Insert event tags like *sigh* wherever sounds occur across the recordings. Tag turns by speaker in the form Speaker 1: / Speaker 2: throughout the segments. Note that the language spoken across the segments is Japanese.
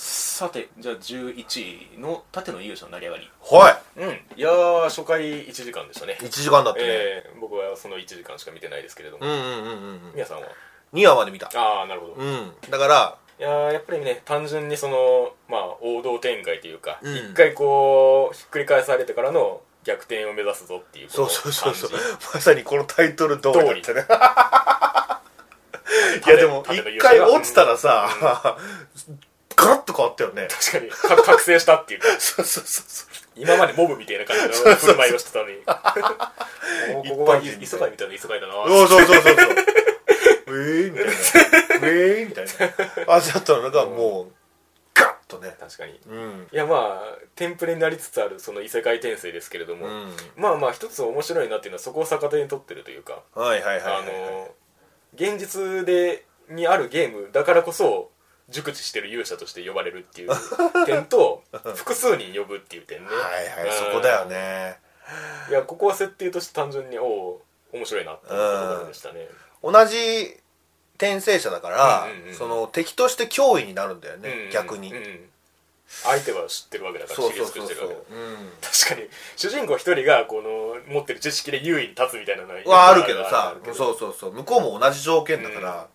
Speaker 1: さてじゃあ11位の縦の勇者の成り上がり
Speaker 2: は
Speaker 1: うんいやー初回1時間でしたね
Speaker 2: い1時間だってね、
Speaker 1: えー、僕はその1時間しか見てないですけれども、
Speaker 2: うんうんうんうんうん
Speaker 1: 皆さんは
Speaker 2: 2話まで見た
Speaker 1: ああなるほど、い
Speaker 2: うんだから
Speaker 1: やーやっぱりね単純にそのまあ王道展開というか
Speaker 2: うん
Speaker 1: 一、回こうひっくり返されてからの逆転を目指すぞっていうこ
Speaker 2: そ
Speaker 1: の
Speaker 2: う
Speaker 1: 感じ
Speaker 2: そうそうそうまさにこのタイトル通りだったねい
Speaker 1: 縦
Speaker 2: やでも
Speaker 1: 縦の
Speaker 2: 一
Speaker 1: 勇者が
Speaker 2: 回落ちたらさ、ガラッと変わったよね
Speaker 1: うん確かにか覚醒したっていうか
Speaker 2: *laughs* そうそうそうそう
Speaker 1: 今までモブみたいな感じの振る舞いをしてた
Speaker 2: *laughs*
Speaker 1: のにもうここは
Speaker 2: 一般人みたいな
Speaker 1: 磯貝みたいな磯貝だな
Speaker 2: そうそうそうそうそう。えー、みたいな。えー、みたいな。あ、だったらなんかもう、ガッとね。
Speaker 1: 確かに
Speaker 2: うん。
Speaker 1: いやまあテンプレになりつつあるその異世界転生ですけれども、
Speaker 2: うん。
Speaker 1: まあまあ一つ面白いなっていうのはそこを逆手に取ってるというか、
Speaker 2: はいはいはいはい。
Speaker 1: あの現実でにあるゲームだからこそ熟知してる勇者として呼ばれる
Speaker 2: *laughs*
Speaker 1: っていう点と複数人呼ぶっていう点ね
Speaker 2: はいはい、
Speaker 1: うん
Speaker 2: そこだよね。
Speaker 1: いやここは設定として単純におお面白いなっていうところでしたね
Speaker 2: 同じ転生者だから、
Speaker 1: うんうんうん
Speaker 2: その敵として脅威になるんだよね、
Speaker 1: うん
Speaker 2: 逆に。
Speaker 1: うん相手は知ってるわけだから
Speaker 2: そう
Speaker 1: 知り
Speaker 2: そう
Speaker 1: 尽く
Speaker 2: そ
Speaker 1: して
Speaker 2: う
Speaker 1: る
Speaker 2: そ
Speaker 1: わけだ
Speaker 2: う。うん。
Speaker 1: 確かに主人公一人がこの持ってる知識で優位に立つみたいなの
Speaker 2: はあるけどさ
Speaker 1: あるけど
Speaker 2: そうそうそう向こうも同じ条件だから、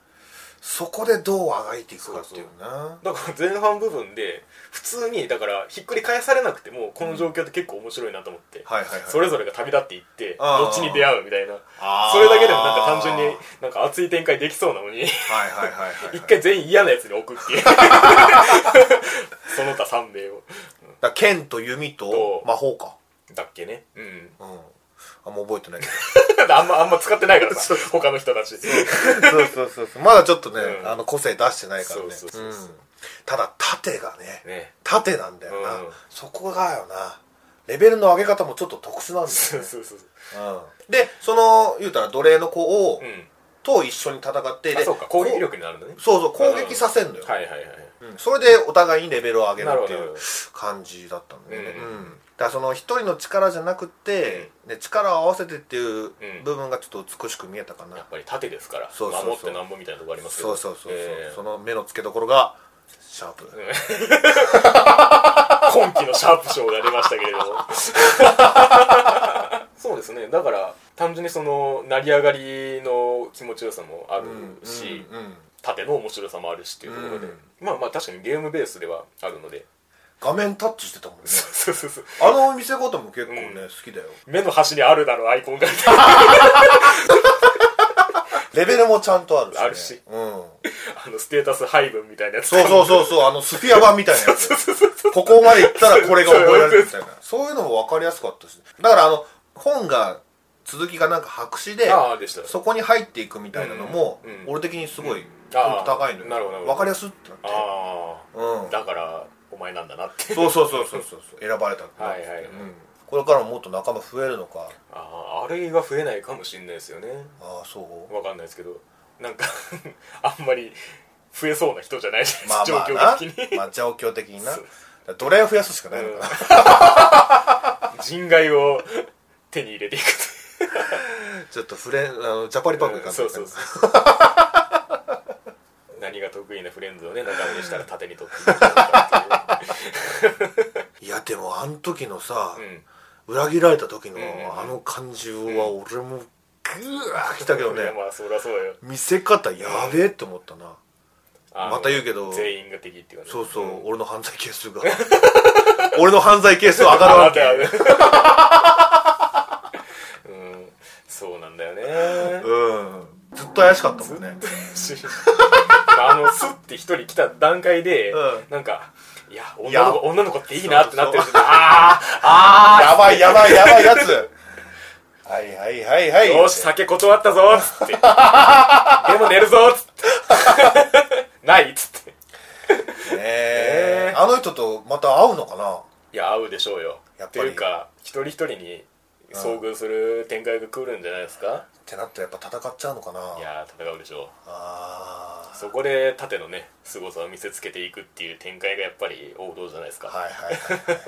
Speaker 2: そこでどうあがいていくかっていうな
Speaker 1: だから前半部分で普通にだからひっくり返されなくてもこの状況って結構面白いなと思って、
Speaker 2: はいはいはい
Speaker 1: それぞれが旅立っていって
Speaker 2: あー
Speaker 1: どっちに出会うみたいな
Speaker 2: あー
Speaker 1: それだけでもなんか単純になんか熱い展開できそうなのに
Speaker 2: はいはいはいはい、はい、
Speaker 1: 一回全員嫌なやつに置く
Speaker 2: *laughs*
Speaker 1: っていうその他3名を
Speaker 2: だから剣と弓と
Speaker 1: と
Speaker 2: 魔法か、
Speaker 1: だっけねうん
Speaker 2: うん、あんま覚えてないけ
Speaker 1: *laughs* あんまあんま使ってないからさ他の人たち
Speaker 2: どそうそうそうそうまだちょっとね、
Speaker 1: うん
Speaker 2: あの個性出してないからね
Speaker 1: そうそうそうそうん
Speaker 2: ただ盾がね
Speaker 1: ね
Speaker 2: 盾なんだよな、
Speaker 1: うん
Speaker 2: そこがよなレベルの上げ方もちょっと特殊なんだ
Speaker 1: *laughs* そ
Speaker 2: よ
Speaker 1: う
Speaker 2: ね、
Speaker 1: そうそうそう
Speaker 2: うん、でその言うたら奴隷の子を、
Speaker 1: うん
Speaker 2: と一緒に戦って
Speaker 1: あ
Speaker 2: で
Speaker 1: そうか攻撃
Speaker 2: こ
Speaker 1: 力になるんだね
Speaker 2: うそうそう攻撃させんのよ、
Speaker 1: はいはいはい
Speaker 2: うんそれでお互いにレベルを上げるってい
Speaker 1: なるほ
Speaker 2: う
Speaker 1: ど
Speaker 2: 感じだったんだよね、
Speaker 1: うん
Speaker 2: うんだからその一人の力じゃなくて、ね、力を合わせてっていう部分がちょっと美しく見えたかな、
Speaker 1: やっぱり盾ですから
Speaker 2: そうそうそう
Speaker 1: 守ってなんぼみたいなとこありますけ
Speaker 2: そ
Speaker 1: ど
Speaker 2: うそうそうそう、
Speaker 1: えー
Speaker 2: その目の付けどころがシャープ、
Speaker 1: 今期のシャープ賞が出ましたけれども
Speaker 2: *laughs*
Speaker 1: そうですねだから単純にその成り上がりの気持ちよさもあるし、
Speaker 2: うんうん
Speaker 1: 縦の面白さもあるしっていうところで、
Speaker 2: うん
Speaker 1: まあまあ確かにゲームベースではあるので *laughs*
Speaker 2: 画面タッチしてたもんね
Speaker 1: そうそうそう
Speaker 2: あのお店ごとも結構ね、好きだよ
Speaker 1: 目の端にあるだろうアイコンが *laughs*
Speaker 2: レベルもちゃんとあるし、ね、
Speaker 1: あるし
Speaker 2: うん
Speaker 1: あのステータス配分みたいなやつ
Speaker 2: そうそうそうそうあのスフィア版みたいなやつここまで行ったらこれが覚えられる
Speaker 1: *laughs*
Speaker 2: みたいなそういうのも分かりやすかったしだからあの本が続きがなんか白紙で
Speaker 1: ああでした
Speaker 2: そこに入っていくみたいなのも、
Speaker 1: うんうん
Speaker 2: 俺的にすごい
Speaker 1: ああ
Speaker 2: 高いのよ
Speaker 1: なるほどなるほど
Speaker 2: 分かりやすってなって
Speaker 1: あ
Speaker 2: うん
Speaker 1: あだからお前なんだなって
Speaker 2: そうそうそうそうそうそう選ばれたんだ
Speaker 1: はいはいはい
Speaker 2: うん、これからももっと仲間増えるのか
Speaker 1: あああれが増えないかもしれないですよね
Speaker 2: ああそう
Speaker 1: わかんないですけどなんか *laughs* あんまり増えそうな人じゃないじゃ
Speaker 2: ま
Speaker 1: な
Speaker 2: あ
Speaker 1: いです
Speaker 2: ま
Speaker 1: か、
Speaker 2: あ
Speaker 1: *laughs* 状
Speaker 2: な
Speaker 1: 況的に、
Speaker 2: まあ状況的にな
Speaker 1: *laughs*
Speaker 2: だ
Speaker 1: そ
Speaker 2: か
Speaker 1: う
Speaker 2: ら奴隷を増やすしかないのかな、
Speaker 1: うん人外を手に入れていく
Speaker 2: ちょっとフレンあのジャパリパブ行かないと
Speaker 1: そうそうそう何が得意なフレンズをね仲間にしたら縦に取っていくかって
Speaker 2: いやでもあの時のさ、
Speaker 1: いう、うん
Speaker 2: 裏切られた時の
Speaker 1: んうんうん
Speaker 2: あの感じは俺もグワー来たけど
Speaker 1: いや
Speaker 2: ね
Speaker 1: まあそりゃそうよ
Speaker 2: 見せ方やべえって思ったな
Speaker 1: あの
Speaker 2: また言うけど
Speaker 1: 全員が敵っていうかね
Speaker 2: そうそう、
Speaker 1: ん
Speaker 2: 俺の犯罪係数が *laughs* 俺の犯罪係数上がる
Speaker 1: あ
Speaker 2: わ
Speaker 1: だ
Speaker 2: け
Speaker 1: よね
Speaker 2: *laughs*
Speaker 1: うんそうなんだよね
Speaker 2: うんずっと怪しかったもんね
Speaker 1: しあのスッて一人来た段階で、
Speaker 2: うん
Speaker 1: なんかいや
Speaker 2: い
Speaker 1: 女
Speaker 2: や
Speaker 1: の子女の子っていいなってなってる
Speaker 2: そ
Speaker 1: 時ああ
Speaker 2: やばいやばいやばいやつはいはいはいは
Speaker 1: あ
Speaker 2: い
Speaker 1: よし酒断ったぞ
Speaker 2: *laughs*
Speaker 1: つってでも寝るぞつって *laughs* ないつって
Speaker 2: ねえ
Speaker 1: ねえ
Speaker 2: あの人とまた会うのかない
Speaker 1: や合うでしょうよ
Speaker 2: やっ
Speaker 1: と
Speaker 2: ぱり
Speaker 1: いうか一人一人に遭遇する展開が来るんじゃないですか、
Speaker 2: ってなったらやっぱ戦っちゃうのかない
Speaker 1: やー戦うでしょ
Speaker 2: あ
Speaker 1: うそこで盾のね凄さを見せつけていくっていう展開がやっぱり王道じゃないですか
Speaker 2: あはいはいはいはい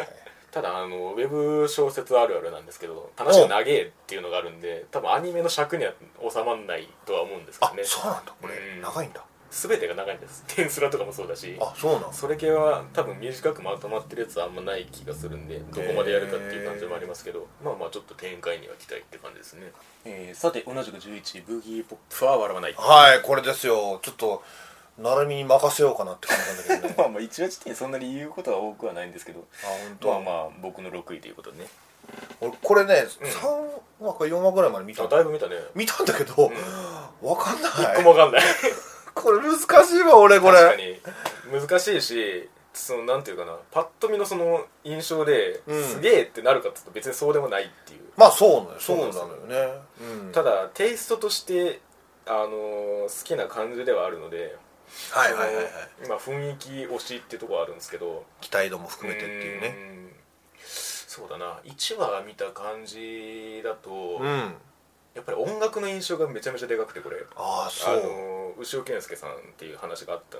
Speaker 1: ただあのウェブ小説あるあるなんですけど話が長えっていうのがあるんで多分アニメの尺には収まらないとは思うんですけ
Speaker 2: あ
Speaker 1: どね
Speaker 2: そうなんだこれ
Speaker 1: うん
Speaker 2: 長いんだ
Speaker 1: 全てが長いんです *laughs* 天スラとかもそうだし
Speaker 2: あそうなん
Speaker 1: それ系は多分短くまとまってるやつはあんまない気がするんでどこまでやるかっていう感じもありますけどまあまあちょっと展開には期待って感じですね、えーさて同じく11位ブギーポップは笑わない
Speaker 2: はいこれですよちょっとなるみに任せようかなって感じなんだけどね
Speaker 1: *laughs* *laughs* まあまあ一話時点そんなに言うことは多くはないんですけど
Speaker 2: あ本当
Speaker 1: まあまあ僕の6位ということでね
Speaker 2: 俺これね
Speaker 1: うん
Speaker 2: 3話か4話ぐらいまで見た
Speaker 1: あだいぶ見たね
Speaker 2: 見たんだけど、わかん
Speaker 1: 一個
Speaker 2: な
Speaker 1: も
Speaker 2: い
Speaker 1: わかんない *laughs*
Speaker 2: これ難しいわ俺これ
Speaker 1: 確かに難しいしそのなんていうかなパッと見のその印象で、
Speaker 2: うん
Speaker 1: すげえってなるかっていうと別にそうでもないっていう
Speaker 2: まあそうなのよ
Speaker 1: そ
Speaker 2: そうう
Speaker 1: な
Speaker 2: な
Speaker 1: の
Speaker 2: の
Speaker 1: よ
Speaker 2: よね、うん
Speaker 1: ただテイストとして、あのー好きな感じではあるので、
Speaker 2: はいはいはいはい
Speaker 1: そのまあ、雰囲気推しってとこはあるんですけど
Speaker 2: 期待度も含めてっていうね
Speaker 1: ーんそうだな1話見た感じだと、
Speaker 2: うん
Speaker 1: やっぱり音楽の印象がめちゃめちゃでかくてこれ
Speaker 2: ああ
Speaker 1: あ
Speaker 2: そう、
Speaker 1: のー牛尾健介さんっていう話があった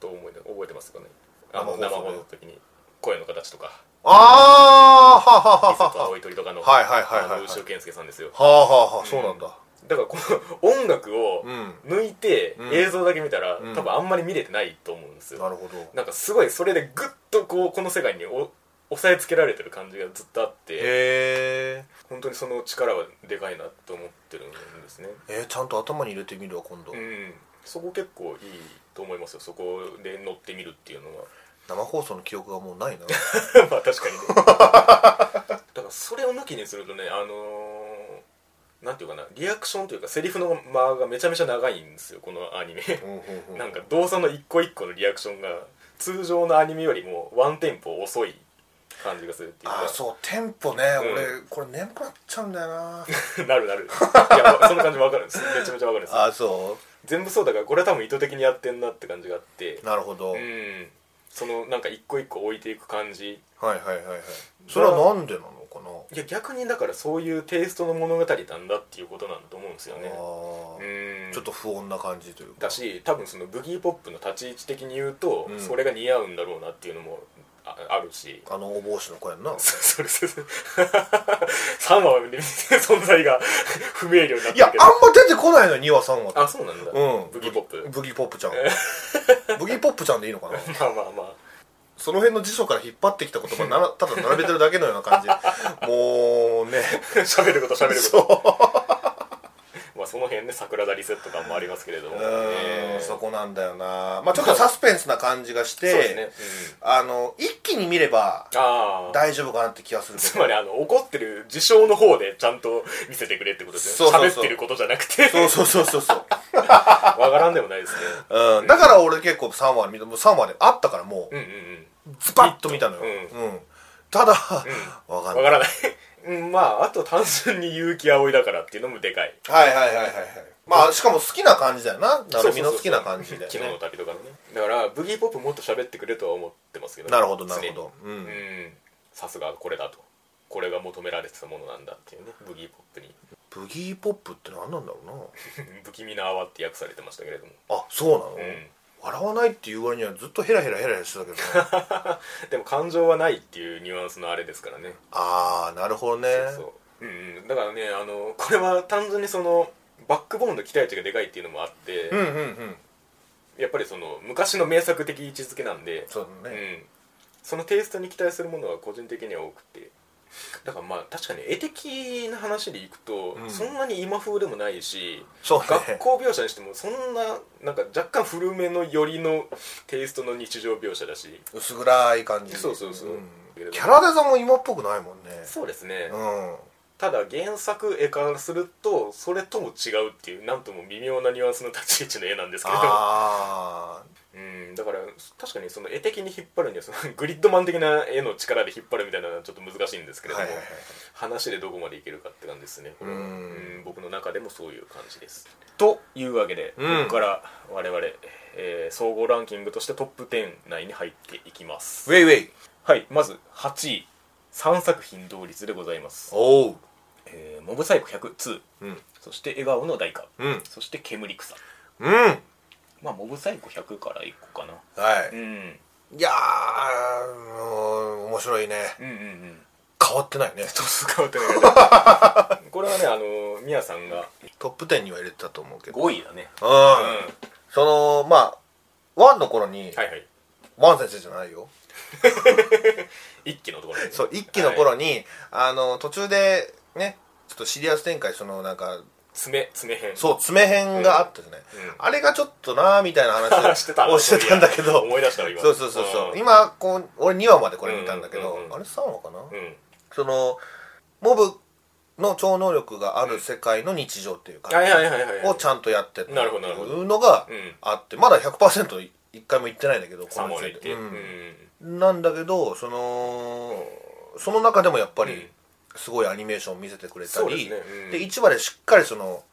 Speaker 1: と思い出覚えてますかねあの生
Speaker 2: 生放送で
Speaker 1: 放送の時に声の形とか
Speaker 2: ああははは
Speaker 1: 水と
Speaker 2: はは
Speaker 1: 青い鳥とかの
Speaker 2: はいはいはいはい
Speaker 1: あの牛尾健介さんですよ
Speaker 2: はあはあ
Speaker 1: ん
Speaker 2: そうなんだ
Speaker 1: だからこの音楽を
Speaker 2: うん
Speaker 1: 抜いて
Speaker 2: うん
Speaker 1: 映像だけ見たら、
Speaker 2: うん
Speaker 1: 多分あんまり見れてないと思うんですよ、
Speaker 2: なるほど
Speaker 1: なんかすごいそれでグッとこうこの世界にお押さえつけられてる感じがずっとあって
Speaker 2: へ
Speaker 1: 本当にその力はでかいなと思ってるんですね
Speaker 2: えーちゃんと頭に入れてみるわ今度、
Speaker 1: うんそこ結構いいと思いますよそこで乗ってみるっていうのは
Speaker 2: 生放送の記憶がもう
Speaker 1: *laughs*
Speaker 2: ないな
Speaker 1: まあ確かに
Speaker 2: *laughs*
Speaker 1: ねだからそれを抜きにするとねあのーなんていうかなリアクションというかセリフの間がめちゃめちゃ長いんですよこのアニメ
Speaker 2: うんうんうん
Speaker 1: なんか動作の一個一個のリアクションが通常のアニメよりもワンテンポ遅い感じがするっていう
Speaker 2: ああ
Speaker 1: か
Speaker 2: そうテンポね、
Speaker 1: ん
Speaker 2: 俺これ眠くなっちゃうんだ
Speaker 1: *laughs*
Speaker 2: よな
Speaker 1: なるな
Speaker 2: *laughs*
Speaker 1: るいやその感じわかるんですめちゃめちゃわかるんです
Speaker 2: あそ
Speaker 1: 全部そうだからこれは多分意図的にやってんなって感じがあって
Speaker 2: うなるほど、
Speaker 1: う
Speaker 2: はい
Speaker 1: んそのなんか一個一個置いていく感じ
Speaker 2: はいはいはいそれはなんでなのかない
Speaker 1: や逆にだからそういうテイストの物語なんだっていうことなんだと思うんですよね
Speaker 2: あー
Speaker 1: うん
Speaker 2: ちょっと不穏な感じというか
Speaker 1: だし多分そのブギーポップの立ち位置的に言うと、
Speaker 2: うん
Speaker 1: それが似合うんだろうなっていうのもああるし
Speaker 2: あのお帽子の子やんな
Speaker 1: それそれそれ *laughs* 3話まで見て存在が *laughs* 不明瞭になっ
Speaker 2: いやあ
Speaker 1: た
Speaker 2: ん
Speaker 1: けど
Speaker 2: ま出てこないのよ2話3話って
Speaker 1: あそうなんだ、
Speaker 2: うん
Speaker 1: ブギーポップ
Speaker 2: ブギポップちゃん *laughs* ブギポップちゃんでいいのかな
Speaker 1: まあまあまあ
Speaker 2: その辺の辞書から引っ張ってきた言葉ならただ並べてるだけのような
Speaker 1: *laughs*
Speaker 2: 感じもうね
Speaker 1: 喋ること喋ること
Speaker 2: そ
Speaker 1: *laughs* まあその辺ね桜田リセット感もありますけれども
Speaker 2: う
Speaker 1: ね
Speaker 2: うんそこなんだよなまあちょっとサスペンスな感じがし
Speaker 1: そうです
Speaker 2: て、
Speaker 1: ね、うん、
Speaker 2: あの一気に見れば
Speaker 1: ああ
Speaker 2: 大丈夫かなって気がするけど
Speaker 1: つまりあの怒ってる事象の方でちゃんと見せてくれってことですね
Speaker 2: そうそう
Speaker 1: 喋
Speaker 2: そ
Speaker 1: っ
Speaker 2: う
Speaker 1: てることじゃなくて
Speaker 2: そうそうそうそうそう、
Speaker 1: わからんでもないですね
Speaker 2: うん、だから俺結構3話見たもう3話であったからも
Speaker 1: うんうんうん
Speaker 2: うズバッと見たのよ、
Speaker 1: う
Speaker 2: うんただ、わ
Speaker 1: わ
Speaker 2: かんない
Speaker 1: からない *laughs* うんまああと単純に結城葵だからっていうのもでかい
Speaker 2: はいはいはいはいはいまあしかも好きな感じだよななるみの好きな感じだよ
Speaker 1: 昨日の
Speaker 2: ね
Speaker 1: 旅とかのねだからブギーポップもっと喋ってくれとは思ってますけどね
Speaker 2: なるほどなるほどう
Speaker 1: 常
Speaker 2: ん
Speaker 1: にうんさすがこれだとこれが求められてたものなんだっていうねブギーポップに *laughs*
Speaker 2: ブギーポップって何なんだろう
Speaker 1: 不気味な泡って訳されてましたけれども
Speaker 2: なあそうなの、
Speaker 1: ん
Speaker 2: 笑わないっていう割にはずっとヘラヘラヘラヘラしてた
Speaker 1: *laughs*
Speaker 2: けどね
Speaker 1: でも感情はないっていうニュアンスのあれですからね
Speaker 2: ああなるほどね
Speaker 1: そううんうんだからねあのこれは単純にそのバックボーンの期待値がでかいっていうのもあって、
Speaker 2: うんうんうん
Speaker 1: やっぱりその昔の名作的位置づけなんで
Speaker 2: そうだ
Speaker 1: う
Speaker 2: ね、
Speaker 1: ん、そのテイストに期待するものは個人的には多くてだからまあ確かに絵的な話でいくと、
Speaker 2: うん
Speaker 1: そんなに今風でもないし
Speaker 2: そう
Speaker 1: 学
Speaker 2: ね
Speaker 1: 校描写にしてもそんななんか若干古めの寄りのテイストの日常描写だし
Speaker 2: 薄暗い感じ
Speaker 1: そうそうそうん
Speaker 2: キャラデザも今っぽくないもんね
Speaker 1: そうですね、
Speaker 2: うん
Speaker 1: ただ原作絵からするとそれとも違うっていうなんとも微妙なニュアンスの立ち位置の絵なんですけれど
Speaker 2: ああ
Speaker 1: うんだから確かにその絵的に引っ張るにはその *laughs* グリッドマン的な絵の力で引っ張るみたいなのはちょっと難しいんですけれど
Speaker 2: はい
Speaker 1: も、
Speaker 2: はいはい
Speaker 1: 話でどこまでいけるかって感じですねこれは
Speaker 2: うん
Speaker 1: うん僕の中でもそういう感じですというわけで、
Speaker 2: うん
Speaker 1: ここから我々、えー総合ランキングとしてトップ10内に入っていきます
Speaker 2: ウェイウェイ
Speaker 1: はいまず8位3作品同率でございます
Speaker 2: おう
Speaker 1: 「えーモブサイコ102
Speaker 2: うん」
Speaker 1: そして「笑顔の代価」
Speaker 2: うん
Speaker 1: そして「煙草」
Speaker 2: うんはい、
Speaker 1: まあモブサイコ100からいこうかなうん
Speaker 2: いやーうん面白いね
Speaker 1: うんうんうん
Speaker 2: 変わってないね
Speaker 1: トスカウトがこれはねあのミヤさんが
Speaker 2: トップ10には入れてたと思うけど
Speaker 1: 5位だね
Speaker 2: うん、
Speaker 1: うん
Speaker 2: そのまあワンの頃に、
Speaker 1: はいはい
Speaker 2: ワン先生じゃないよ
Speaker 1: 一期のところに
Speaker 2: そう一期の
Speaker 1: はい
Speaker 2: 頃に、あの途中でねちょっとシリアス展開そのなんか
Speaker 1: 爪爪編
Speaker 2: そう爪編があったじゃない、
Speaker 1: うん
Speaker 2: あれがちょっとなーみたいな話を
Speaker 1: *laughs* してた
Speaker 2: をしてたんだけど
Speaker 1: 思い出したわ今
Speaker 2: そうそうそうそう、
Speaker 1: ん
Speaker 2: 今こう俺2話までこれ見たんだけ
Speaker 1: うんう
Speaker 2: ど、
Speaker 1: んうんうん
Speaker 2: あれ3話かな、
Speaker 1: うん
Speaker 2: そのモブの超能力がある世界の日常っていう感
Speaker 1: はいはいはいはい
Speaker 2: じをちゃんとやって
Speaker 1: なるほどなるほど
Speaker 2: いうのが
Speaker 1: うん
Speaker 2: あってまだ100%一回も行ってないんだけどこ
Speaker 1: 3
Speaker 2: の
Speaker 1: 本
Speaker 2: 時
Speaker 1: 行っ
Speaker 2: 点
Speaker 1: て
Speaker 2: で
Speaker 1: うん
Speaker 2: うんなんだけどそのその中でもやっぱりすごいアニメーションを見せてくれた
Speaker 1: そうです
Speaker 2: り
Speaker 1: ねうん
Speaker 2: で1話でしっかりその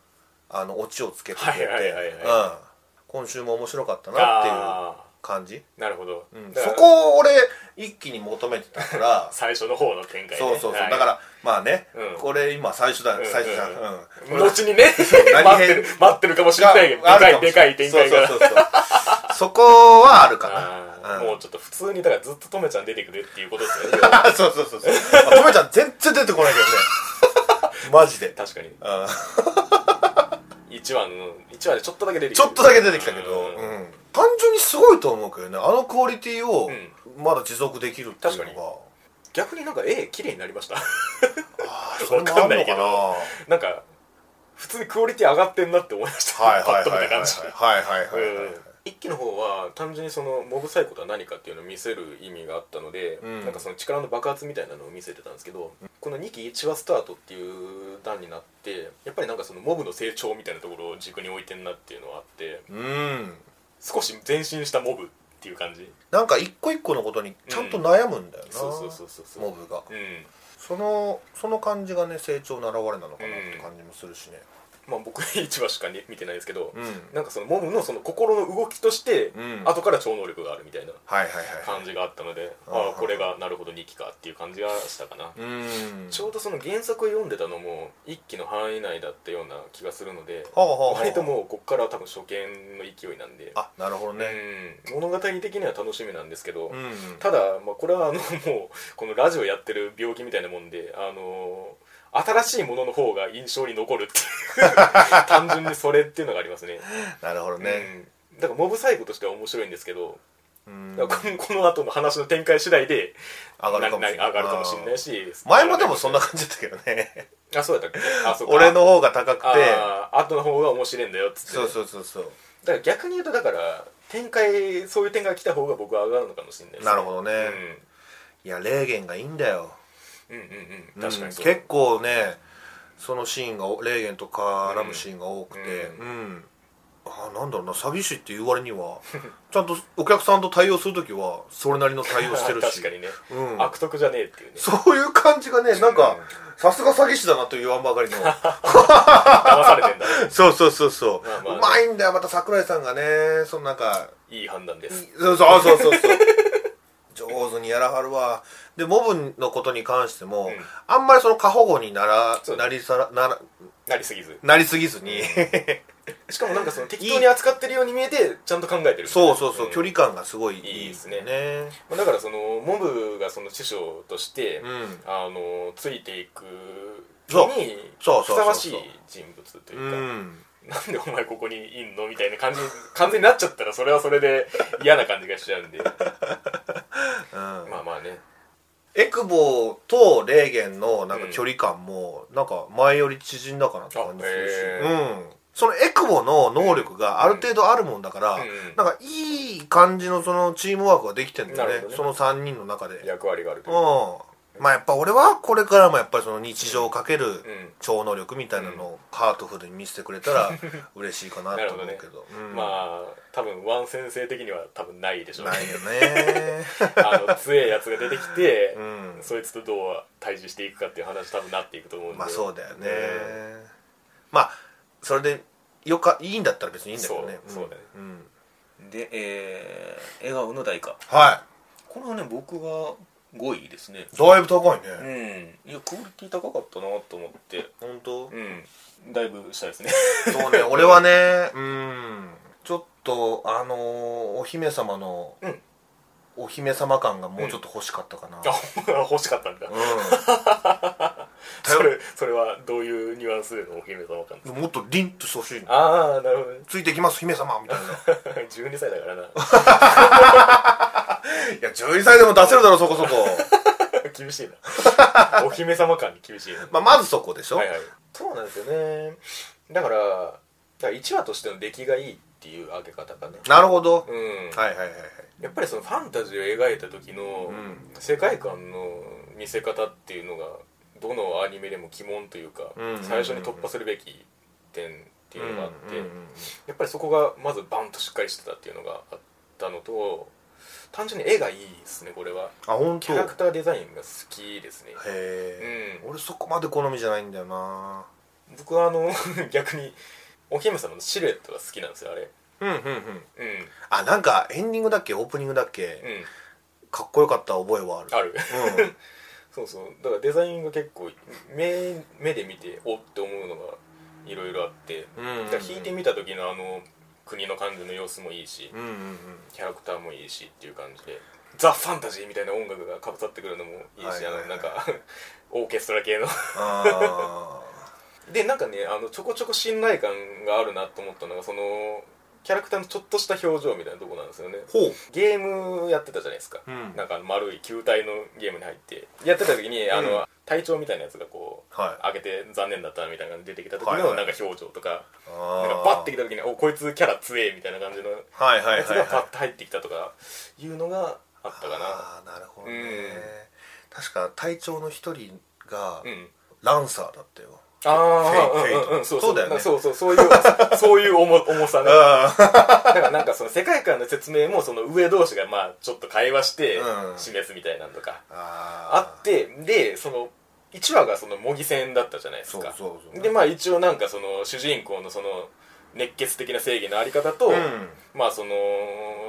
Speaker 2: あのオチをつけてくれて
Speaker 1: はいはいはい
Speaker 2: うん
Speaker 1: は
Speaker 2: 今週も面白かったなっていう
Speaker 1: あ
Speaker 2: 感じ
Speaker 1: あなるほど
Speaker 2: うん
Speaker 1: だか
Speaker 2: そ
Speaker 1: ら
Speaker 2: こを俺一気に求めてたから
Speaker 1: *laughs* 最初の方の展開ね
Speaker 2: そうそうそう、
Speaker 1: はい
Speaker 2: だからまあね、
Speaker 1: うん
Speaker 2: これ今最初だ、
Speaker 1: うん
Speaker 2: 最初じゃん、
Speaker 1: う
Speaker 2: うんん
Speaker 1: 後にね
Speaker 2: 何
Speaker 1: 待って
Speaker 2: 編
Speaker 1: る待ってるかもしれないけどでかいでかい展開が
Speaker 2: そうそうそうそうそこはある
Speaker 1: *laughs*
Speaker 2: か
Speaker 1: あ
Speaker 2: な
Speaker 1: ー
Speaker 2: うん
Speaker 1: もうちょっと普通にだからずっととめちゃん出てくるっていうことですよ
Speaker 2: *laughs*
Speaker 1: ね
Speaker 2: そうそうそうそうあとめちゃん全然出てこないけ
Speaker 1: *laughs*
Speaker 2: どねマジで、
Speaker 1: 確かに
Speaker 2: うん
Speaker 1: 一話の一話でちょっとだけ出てき
Speaker 2: ち
Speaker 1: て
Speaker 2: ょ
Speaker 1: る
Speaker 2: っとだけ出てきたけど、
Speaker 1: うん
Speaker 2: うん単純にすごいと思うけどねあのクオリティを
Speaker 1: うん
Speaker 2: まだ持続できるっていうのが、
Speaker 1: 確か逆になんか絵綺麗になりました *laughs*
Speaker 2: あーそれも
Speaker 1: わか
Speaker 2: あ
Speaker 1: んな
Speaker 2: る
Speaker 1: い
Speaker 2: の
Speaker 1: け
Speaker 2: か
Speaker 1: ど
Speaker 2: なは
Speaker 1: なんか普通にクオリティ上がってんなって思いました
Speaker 2: いはい
Speaker 1: パッと
Speaker 2: は
Speaker 1: 見
Speaker 2: い
Speaker 1: た
Speaker 2: は
Speaker 1: 感
Speaker 2: い
Speaker 1: じ
Speaker 2: はいはいはいはいはい、
Speaker 1: 一期の方は単純にそのモブサイコとは何かっていうのを見せる意味があったので、
Speaker 2: うん
Speaker 1: なんかその力の爆発みたいなのを見せてたんですけど、この2期1話スタートっていう段になってやっぱりなんかそのモブの成長みたいなところを軸に置いてんなっていうのはあって
Speaker 2: うん
Speaker 1: 少し前進したモブっていう感じ
Speaker 2: なんか一個一個のことにちゃんと悩むんだよな、
Speaker 1: そうそうそうそうそう
Speaker 2: モブが
Speaker 1: うん
Speaker 2: そのその感じがね成長の表れなのかなって感じもするしね
Speaker 1: まあ僕1話し *laughs* か、ね、見てないですけど、
Speaker 2: うん、
Speaker 1: なんかそのモブのその心の動きとして、
Speaker 2: うん
Speaker 1: 後から超能力があるみたいな
Speaker 2: はいはいはい
Speaker 1: 感じがあったので、
Speaker 2: はいは
Speaker 1: あ
Speaker 2: い
Speaker 1: あこれがなるほど2期かっていう感じがしたかな、
Speaker 2: うん
Speaker 1: ちょうどその原作を読んでたのも1期の範囲内だったような気がするので
Speaker 2: はあはあはあ
Speaker 1: 割ともうこっからは多分初見の勢いなんで、
Speaker 2: あなるほどね
Speaker 1: うん、物語的には楽しみなんですけど、
Speaker 2: うん、
Speaker 1: ただ、まあ、これはあのもうこのラジオやってる病気みたいなもんであの新しいものの方が印象に残るっていう単純にそれっていうのがありますね
Speaker 2: なるほどね、
Speaker 1: うん、だからモブサイコとしては面白いんですけど、
Speaker 2: うん
Speaker 1: だから *laughs* このこの後の話の展開次第で
Speaker 2: 上がるかもしれ
Speaker 1: な
Speaker 2: ない
Speaker 1: 上がるかもしれないし
Speaker 2: 前もでもそんな感じだったけどね
Speaker 1: あそうだったっけあ *laughs* そうか
Speaker 2: 俺の方が高くて
Speaker 1: あー後の方が面白いんだよっつって
Speaker 2: そうそうそうそう
Speaker 1: だから逆に言うとだから展開そういう展開が来た方が僕は上がるのかもしれないです、
Speaker 2: なるほどねいや霊言がいいんだよ
Speaker 1: うん、うんうんうん確かにそう、
Speaker 2: うん結構ねそのシーンが霊言と絡むシーンが多くて
Speaker 1: う
Speaker 2: うん、あなんだろうな寂しいって言われには *laughs* ちゃんとお客さんと対応する時はそれなりの対応してる
Speaker 1: *laughs* 確
Speaker 2: し
Speaker 1: かにね、
Speaker 2: うん、
Speaker 1: 悪徳じゃねえっていうね
Speaker 2: そういう感じがねなんかさすが詐欺師だなと言わんばか
Speaker 1: *laughs*
Speaker 2: りの
Speaker 1: 騙されてんだ
Speaker 2: そうそうそうそう、
Speaker 1: まあまあ
Speaker 2: うまいんだよまた桜井さんがねそのなんか
Speaker 1: いい判断です
Speaker 2: そうそうそう
Speaker 1: *laughs*
Speaker 2: そうそう上手にやらはるわでモブのことに関しても、
Speaker 1: ん
Speaker 2: あんまりその過保護になら
Speaker 1: そう
Speaker 2: なりさらなら
Speaker 1: なりすぎず
Speaker 2: なりすぎずに
Speaker 1: しかもなんかその適当に扱ってるように見えてちゃんと考えてる
Speaker 2: そうそうそう、
Speaker 1: ん
Speaker 2: 距離感がすごいいい
Speaker 1: いいですね
Speaker 2: ね
Speaker 1: まあだからそのモブがその師匠として、
Speaker 2: うん
Speaker 1: あのついていく
Speaker 2: そう
Speaker 1: のに
Speaker 2: そう
Speaker 1: ふ
Speaker 2: そうそうそう
Speaker 1: さわしい人物といううか、
Speaker 2: ん
Speaker 1: なんでお前ここにいんのみたいな感じに *laughs* 完全になっちゃったらそれはそれで *laughs* 嫌な感じがしちゃうんで
Speaker 2: うん
Speaker 1: まあまあね
Speaker 2: エクボとレーゲンのなんか距離感もなんか前より縮んだかなって感じするし
Speaker 1: あ、へ
Speaker 2: うん、そのエクボの能力がある程度あるもんだから、
Speaker 1: うんうん
Speaker 2: なんかいい感じのそのチームワークができてん
Speaker 1: な
Speaker 2: だ
Speaker 1: るほ
Speaker 2: よね
Speaker 1: どね
Speaker 2: その3人の中で
Speaker 1: 役割があると
Speaker 2: う
Speaker 1: い
Speaker 2: ん
Speaker 1: うか
Speaker 2: まあやっぱ俺はこれからもやっぱりその日常をかける
Speaker 1: うん
Speaker 2: 超能力みたいなのをハートフルに見せてくれ
Speaker 1: *laughs*
Speaker 2: たら嬉しいかなと思うけどうん
Speaker 1: まあ多分ワン先生的には多分ないでしょうね
Speaker 2: ないよね
Speaker 1: *laughs* あの強えやつが出てきて、
Speaker 2: うん
Speaker 1: そいつとどう対峙していくかっていう話多分なっていくと思うんで
Speaker 2: まあそうだよね、
Speaker 1: うん
Speaker 2: まあそれでよかいいんだったら別にいいんだけどね
Speaker 1: そうそうだね
Speaker 2: んん
Speaker 3: で、えー、笑顔の代価
Speaker 2: は
Speaker 3: これはね僕が5位ですね
Speaker 2: いだいぶ高いね、
Speaker 3: うんいやクオリティ高かったなと思って
Speaker 2: 本当
Speaker 1: うんだいぶしたい *laughs* ですね
Speaker 2: そうね *laughs* 俺はねうんちょっとあのーお姫様の、
Speaker 1: うん
Speaker 2: お姫様感がもうちょっと欲しかったかな、うん
Speaker 1: あ欲しかったんだそれそれはどういうニュアンスでのお姫様感ですか
Speaker 2: もっとリンとしてほしいの
Speaker 1: ああなるほどね *laughs*
Speaker 2: ついてきます姫様みたいな *laughs*
Speaker 1: 12歳だからな *laughs*
Speaker 2: いや12歳でも出せるだろそこそこ、
Speaker 1: 厳しい
Speaker 2: *laughs*
Speaker 1: なお姫様感に厳しいな
Speaker 2: まあ、まずそこでしょ、
Speaker 1: はいはい、そうなんですよねだからだから1話としての出来がいいっていう上げ方かな
Speaker 2: なるほど、
Speaker 1: うん、
Speaker 2: はいはいはいはい
Speaker 1: やっぱりそのファンタジーを描いた時の
Speaker 2: うん
Speaker 1: 世界観の見せ方っていうのがどのアニメでも鬼門というか
Speaker 2: うん
Speaker 1: 最初に突破するべき点っていうのがあって
Speaker 2: うんうんうん
Speaker 1: やっぱりそこがまずバンとしっかりしてたっていうのがあったのと単純に絵がいいですねこれは
Speaker 2: あ本
Speaker 1: キ
Speaker 2: 当。
Speaker 1: ャ
Speaker 2: へ
Speaker 1: ラクターデザインが好きですね
Speaker 2: え、
Speaker 1: う
Speaker 2: 俺そこまで好みじゃないんだよな
Speaker 1: 僕はあの *laughs* 逆にお姫様のシルエットが好きなんですよあれ
Speaker 2: うんうんうん
Speaker 1: うん
Speaker 2: あなんかエンディングだっけオープニングだっけ
Speaker 1: うん
Speaker 2: かっこよかった覚えはある
Speaker 1: ある
Speaker 2: うん
Speaker 1: そうそうだからデザインが結構目目で見ておって思うのがいろいろあって
Speaker 2: うんうん
Speaker 1: だから弾いてみた時のあの国の感じの様子もいいし
Speaker 2: うんうんうん
Speaker 1: キャラクターもいいしっていう感じでザ・ファンタジーみたいな音楽がかぶさってくるのもいい
Speaker 2: はい
Speaker 1: し
Speaker 2: は
Speaker 1: あ
Speaker 2: いはい
Speaker 1: のなんか *laughs* オーケストラ系の *laughs*
Speaker 2: あ
Speaker 1: でなんかねあのちょこちょこ信頼感があるなと思ったのがそのキャラクターのちょっとした表情みたいなとこなんですよね
Speaker 2: ーほう
Speaker 1: ゲームやってたじゃないですか、
Speaker 2: うん
Speaker 1: なんか丸い球体のゲームに入ってやってた時にあの、隊長みたいなやつがこう
Speaker 2: は
Speaker 1: 上
Speaker 2: い
Speaker 1: げて残念だったみたいなのが出てきた時
Speaker 2: はいは
Speaker 1: の
Speaker 2: い
Speaker 1: なんか表情とか,、
Speaker 2: あ
Speaker 1: なんかバッてきた時に「おこいつキャラ強え」みたいな感じのや
Speaker 2: はいはい
Speaker 1: つ
Speaker 2: はい、は
Speaker 1: が
Speaker 2: い、
Speaker 1: パッて入ってきたとかいうのがあったか
Speaker 2: ああなるほどね、
Speaker 1: うん
Speaker 2: 確か隊長の一人が
Speaker 1: なうん
Speaker 2: ランサーだったよ、
Speaker 1: ああ
Speaker 2: フェイ
Speaker 1: うん
Speaker 2: フェイ
Speaker 1: うんうんそう
Speaker 2: そ
Speaker 1: そうう
Speaker 2: だよね
Speaker 1: そうそうそういう *laughs* そういう重重さね
Speaker 2: あ
Speaker 1: だからなんかその世界観の説明もその上同士がまあちょっと会話して
Speaker 2: うん
Speaker 1: 示すみたいなのとか、あ
Speaker 2: あ
Speaker 1: ってでその1話がその模擬戦だったじゃないです
Speaker 2: そう
Speaker 1: か
Speaker 2: そうそう
Speaker 1: でまあ一応なんかその主人公のその熱血的な正義のあり方と、
Speaker 2: うん
Speaker 1: まあその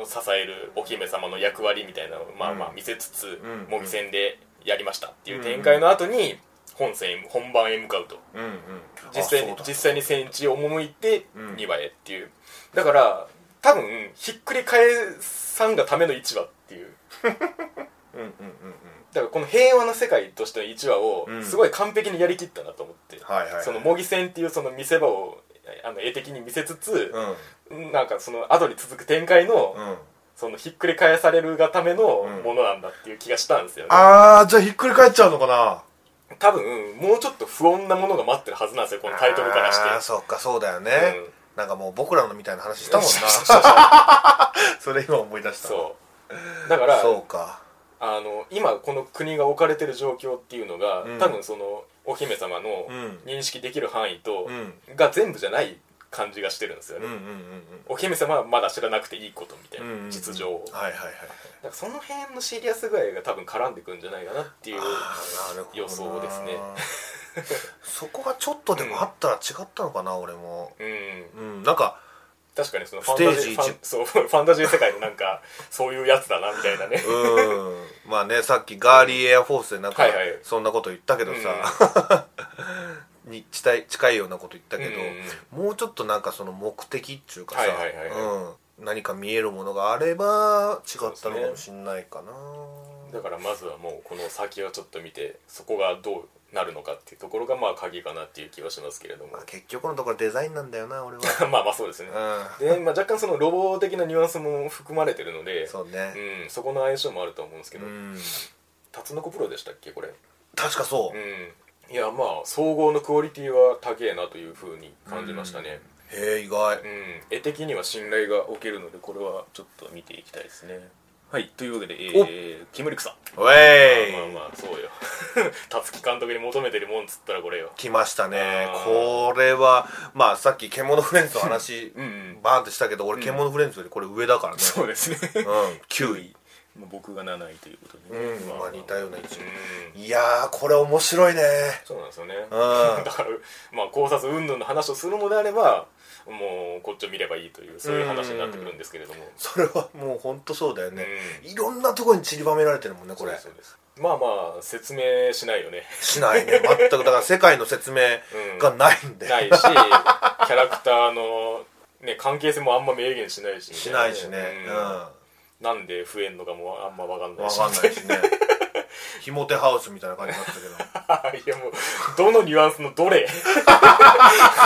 Speaker 1: 支えるお姫様の役割みたいなのをまあま
Speaker 2: う
Speaker 1: あ
Speaker 2: ん
Speaker 1: 見せつつ、
Speaker 2: ん
Speaker 1: 模擬戦でやりましたっていう展開の後に本戦へ本番へ向かうと
Speaker 2: うんうん
Speaker 1: 実際に
Speaker 2: あそうだ
Speaker 1: 実際に戦地を赴いて
Speaker 2: うん
Speaker 1: 2話へっていう、だから多分ひっくり返さんがための1話っていう
Speaker 2: うんうんうんうん
Speaker 1: だからこの平和な世界としての1話を
Speaker 2: うん
Speaker 1: すごい完璧にやりきったなと思って、
Speaker 2: はいはいはい
Speaker 1: その模擬戦っていうその見せ場をあの絵的に見せつつ
Speaker 2: う、ん
Speaker 1: なんかその後に続く展開の、
Speaker 2: うん
Speaker 1: そのひっくり返されるがための
Speaker 2: うん
Speaker 1: ものなんだっていう気がしたんですよね、
Speaker 2: ああじゃあひっくり返っちゃうのかな
Speaker 1: 多分もうちょっと不穏なものが待ってるはずなんですよこのタイトルからして
Speaker 2: ああそっかそうだよね、
Speaker 1: うん
Speaker 2: なんかもう僕らのみたいな話したもん
Speaker 1: そう
Speaker 2: な
Speaker 1: そうそう
Speaker 2: それ今思い出した
Speaker 1: そうだから
Speaker 2: そうか
Speaker 1: あの今この国が置かれてる状況っていうのが、
Speaker 2: うん
Speaker 1: 多分そのお姫様の
Speaker 2: うん
Speaker 1: 認識できる範囲と、
Speaker 2: うん
Speaker 1: が全部じゃない感じがしてるんですよ
Speaker 2: うんう
Speaker 1: ね、
Speaker 2: んうん
Speaker 1: お姫様はまだ知らなくていいことみたい
Speaker 2: うんうんう
Speaker 1: なん実情を、だ
Speaker 2: はいはいはい
Speaker 1: からその辺のシリアス具合が多分絡んでくるんじゃないかなっていう
Speaker 2: あーなるほどな
Speaker 1: 予想です
Speaker 2: *laughs*
Speaker 1: ね
Speaker 2: そこがちょっとでもあったら違ったのかな、俺も
Speaker 1: うん
Speaker 2: うんなんか
Speaker 1: 確かにそのファンタジー
Speaker 2: ステージ一
Speaker 1: ファンそう *laughs* ファンタジー世界のなんかそういうやつだなみたいな
Speaker 2: *laughs*
Speaker 1: ね
Speaker 2: うんまあねさっきガーリーエアフォースでなんか
Speaker 1: はいはい
Speaker 2: そんなこと言ったけどさ、に近い近いようなこと言ったけど、もうちょっとなんかその目的っていうかさ、
Speaker 1: はいはいはいは
Speaker 2: うん、何か見えるものがあれば違ったのかもしんないかな、
Speaker 1: だからまずはもうこの先はちょっと見てそこがどうなるのかっていうところがまあ鍵かなっていう気はしますけれども *laughs*
Speaker 2: まあ、結局のところデザインなんだよな俺は
Speaker 1: まあまあそうですね
Speaker 2: う
Speaker 1: で、まあ、若干そのロボ的なニュアンスも含まれてるので
Speaker 2: んそうね
Speaker 1: うん、そこの相性もあると思うんですけ
Speaker 2: う
Speaker 1: ど、
Speaker 2: ん
Speaker 1: タツノコプロでしたっけこれ
Speaker 2: 確かそう、へ
Speaker 1: うんいやまあ総合のクオリティは高えなというふうに感じましたね
Speaker 2: え意外
Speaker 1: うん、絵的には信頼が置けるのでこれはちょっと見ていきたいですねはいというわけで、えー、キムリクさん
Speaker 2: ウェイ、
Speaker 1: まあまあまあそう *laughs* よ辰木監督に求めてるもんっつったらこれよ
Speaker 2: 来ましたね
Speaker 1: あー
Speaker 2: これはまあさっき「獣フレンズ」の話
Speaker 1: うんうん
Speaker 2: バーンってしたけど俺「獣フレンズ」よりこれ上だからね、
Speaker 1: そうですね
Speaker 2: うん、9位
Speaker 1: *laughs* まあ僕が7位ということでね、
Speaker 2: うんまあ似たような位置
Speaker 1: うん
Speaker 2: いやーこれ面白いね
Speaker 1: そうなんですよね
Speaker 2: う
Speaker 1: *laughs* だ
Speaker 2: ん
Speaker 1: からまあ考察云々の話をするのであればもうこっちを見ればいいというそういう話になってくるんですけれども
Speaker 2: それはもうほんとそうだよね、
Speaker 1: う
Speaker 2: いろんなところに散りばめられてるもんねこ
Speaker 1: そう
Speaker 2: れ
Speaker 1: ですそうですまあまあ説明しないよね *laughs*
Speaker 2: しないね全くだから世界の説明がないんで、
Speaker 1: ないしキャラクターの、ね、関係性もあんま明言しないし
Speaker 2: しないしね
Speaker 1: うんなんで増えんのかもあんま分かんない
Speaker 2: うん、
Speaker 1: し *laughs*
Speaker 2: 分かんないしねひもてハウスみたいな感じになった
Speaker 1: *laughs* いやもうどのニュアンスのどれ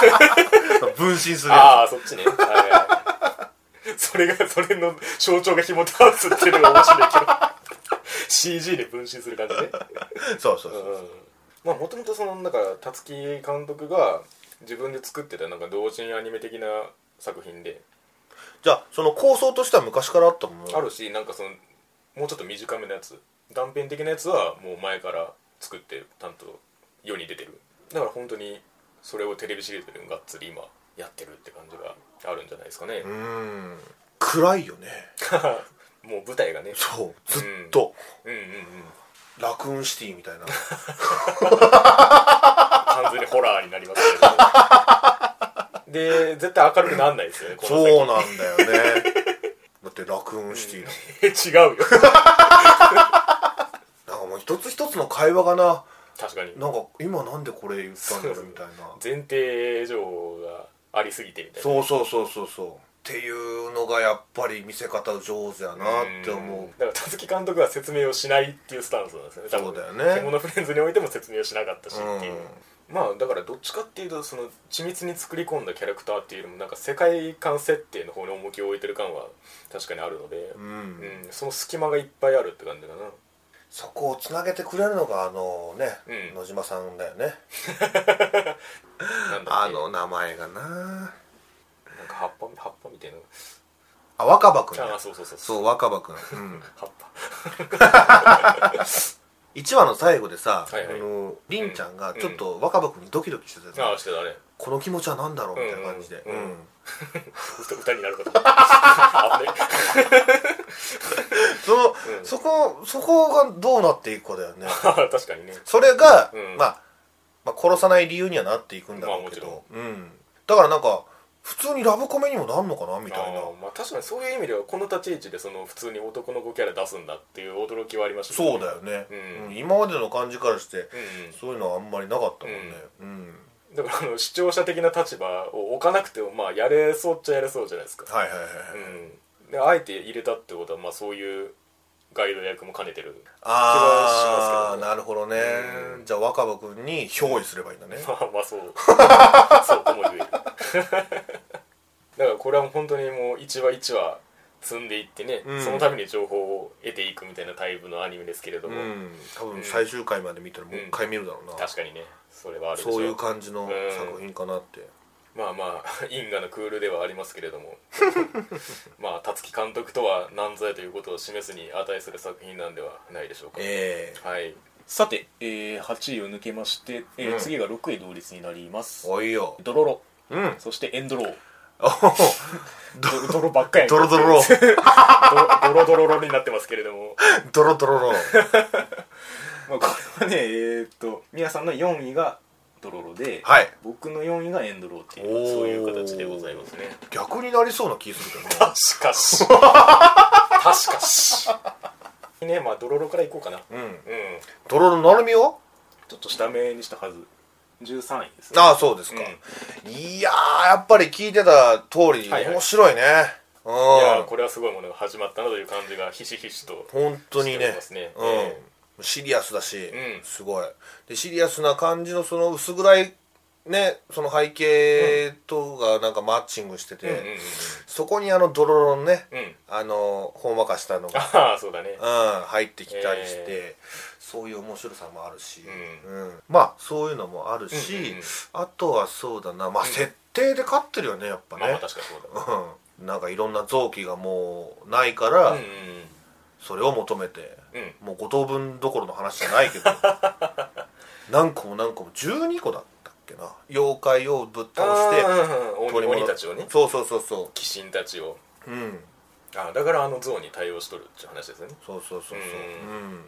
Speaker 2: け
Speaker 1: *laughs*
Speaker 2: ど分身するや
Speaker 1: ああそっちねはいはいはい *laughs* それがそれの象徴がひもとわすっていうのが面白いけど *laughs* CG で分身する感じね
Speaker 2: つそうそう
Speaker 1: う
Speaker 2: そ
Speaker 1: ん
Speaker 2: う、
Speaker 1: まあもともとそのだから辰木監督が自分で作ってたなんか同人アニメ的な作品で
Speaker 2: じゃあその構想としては昔からあったもの
Speaker 1: あるしなんかそのもうちょっと短めのやつ断片的なやつはもう前から作って担当世に出てるだから本当にそれをテレビシリーズでがっつり今やってるって感じがあるんじゃないですかね
Speaker 2: う、ーん暗いよね
Speaker 1: もう舞台がね
Speaker 2: そうずっと、
Speaker 1: うんうんうん
Speaker 2: ラクーンシティみたいな
Speaker 1: 完全にホラーになります
Speaker 2: *laughs*
Speaker 1: けどで絶対明るくなんないですよねこの
Speaker 2: そうなんだよね
Speaker 1: *laughs*
Speaker 2: だってラクーンシティだもん
Speaker 1: 先違うよ
Speaker 2: *laughs* なんかもう一つ一つの会話がな
Speaker 1: 確かに
Speaker 2: なんか今なんでこれ言ったんだろうみたい
Speaker 1: *laughs*
Speaker 2: な
Speaker 1: 前提情報がありすぎてみたいな
Speaker 2: そうそうそうそうそうっていうのがやっぱり見せ方上手やなって思
Speaker 1: んだから田月監督は説明をしないっていうスタンスなんですよね多分
Speaker 2: そうだよね
Speaker 1: 獣フレンズにおいても説明をしなかったしっていう、
Speaker 2: う
Speaker 1: まあだからどっちかっていうとその緻密に作り込んだキャラクターっていうよりもなんか世界観設定の方に重きを置いてる感は確かにあるので
Speaker 2: う、うん
Speaker 1: うんその隙間がいっぱいあるって感じかな
Speaker 2: そこをつなげてくれるのがあのね、
Speaker 1: うん
Speaker 2: 野島さんだよね
Speaker 1: なんだっ
Speaker 2: あ
Speaker 1: け
Speaker 2: の名前がな
Speaker 1: なんか葉っぱ葉っぱみたいな
Speaker 2: あ若葉くん
Speaker 1: あ
Speaker 2: だ
Speaker 1: あそうそうそう
Speaker 2: そう若葉くん、うん、
Speaker 1: 葉っぱ
Speaker 2: 1話の最後でさ、
Speaker 1: はいはい
Speaker 2: あのりんちゃんがちょっと若葉くんにドキドキしてたやつ、
Speaker 1: ああしてたね
Speaker 2: この気持ちは何だろうみたいな感じで、
Speaker 1: うんうん
Speaker 2: うん
Speaker 1: 歌歌になる
Speaker 2: *laughs*
Speaker 1: かと思ったあれ
Speaker 2: その、
Speaker 1: うん
Speaker 2: そこそこがどうなっていくかだよ
Speaker 1: *laughs*
Speaker 2: ね
Speaker 1: *laughs* 確かにね
Speaker 2: それが、
Speaker 1: うん
Speaker 2: まあ、まあ殺さない理由にはなっていくんだろうけ
Speaker 1: まあ
Speaker 2: ど、うん、だからなんか普通にラブコメにもなんのかなみたいな
Speaker 1: あーまあ確かにそういう意味ではこの立ち位置でその普通に男の子キャラ出すんだっていう驚きはありましたけど
Speaker 2: そうだよね、
Speaker 1: うん
Speaker 2: うん今までの感じからして
Speaker 1: うん
Speaker 2: そういうのはあんまりなかったもんねうん、
Speaker 1: うん、だからあの視聴者的な立場を置かなくてもまあやれそうっちゃやれそうじゃないですか、
Speaker 2: はいはいはい、は
Speaker 1: う
Speaker 2: い
Speaker 1: ん、であえて入れたってことはまあそういうガイド役も兼ねてる
Speaker 2: ああ、
Speaker 1: 気はしますけどね
Speaker 2: なるほどね、
Speaker 1: うん
Speaker 2: じゃあ若葉君に憑依すればいいんだね、
Speaker 1: *laughs* まあまあそうそうとも言える *laughs* だからこれは本当にもう一話一話積んでいってね、
Speaker 2: うん
Speaker 1: そのために情報を得ていくみたいなタイプのアニメですけれど
Speaker 2: う
Speaker 1: も、
Speaker 2: ん、多分最終回まで見たらもう一回見るだろうな、
Speaker 1: 確かにねそれはあるでしょ
Speaker 2: そういう感じの作品かなって、
Speaker 1: まあまあ因果のクールではありますけれ
Speaker 3: *laughs*
Speaker 1: どもまあ辰木監督とは何ぞやということを示すに値する作品なんではないでしょうか、
Speaker 2: ええ
Speaker 1: はい
Speaker 3: さて、えー8位を抜けまして、えー
Speaker 2: うん
Speaker 3: 次が6位同率になります
Speaker 2: おいよ
Speaker 3: ドロロ
Speaker 2: うん
Speaker 3: そしてエンドロー
Speaker 2: おお
Speaker 1: ドロばっかり
Speaker 2: ドロドロロ
Speaker 1: ドロドロロになってますけれども
Speaker 2: ドロドロロ
Speaker 3: まあこれはねえーっと皆さんの4位がドロロで、
Speaker 2: はい
Speaker 3: 僕の4位がエンドローっていう
Speaker 2: おー
Speaker 1: そういう形でございますね
Speaker 2: 逆になりそうな気するけどね
Speaker 1: しか *laughs* し確かしねまあドロロからいこうかなうん
Speaker 2: うんドロロなるみは
Speaker 3: ちょっと下目にしたはず13位ですね
Speaker 2: ああそうですか、いやーやっぱり聞いてた通り
Speaker 1: はいはい
Speaker 2: 面白いね、
Speaker 1: いや
Speaker 2: うん
Speaker 1: ーこれはすごいものが始まったなという感じがひしひしと
Speaker 2: 本当に
Speaker 1: してお
Speaker 2: ね
Speaker 1: りますね
Speaker 2: うん
Speaker 1: え
Speaker 2: シリアスだし、
Speaker 1: うん
Speaker 2: すごいでシリアスな感じのその薄暗いねその背景とがなんかマッチングしてて、
Speaker 1: うんうんうん
Speaker 2: そこにあのドロロのね、
Speaker 1: うん
Speaker 2: あのほんまかしたのが、
Speaker 1: ああそうだね
Speaker 2: うん、入ってきたりして、
Speaker 1: え
Speaker 2: そういう面白さもあるし、
Speaker 1: う
Speaker 2: うんまあそういうのもあるし、
Speaker 1: うんうんうん
Speaker 2: あとはそうだなまあ、設定で勝ってるよねやっぱね、
Speaker 1: まあまあ確かにそうだ
Speaker 2: うん、なんかいろんな臓器がもうないから、
Speaker 1: うんうん
Speaker 2: それを求めて、
Speaker 1: うんうん
Speaker 2: もう5等分どころの話じゃないけ
Speaker 1: *laughs*
Speaker 2: ど何個も何個も12個だったっけな妖怪をぶっ倒して
Speaker 1: して鬼鬼たちをね
Speaker 2: そうそうそうそ
Speaker 1: 鬼神たちを
Speaker 2: ううん
Speaker 1: あだからあの像に対応しとるっていう話ですよね
Speaker 2: そうそうそうそう
Speaker 1: う
Speaker 2: うん、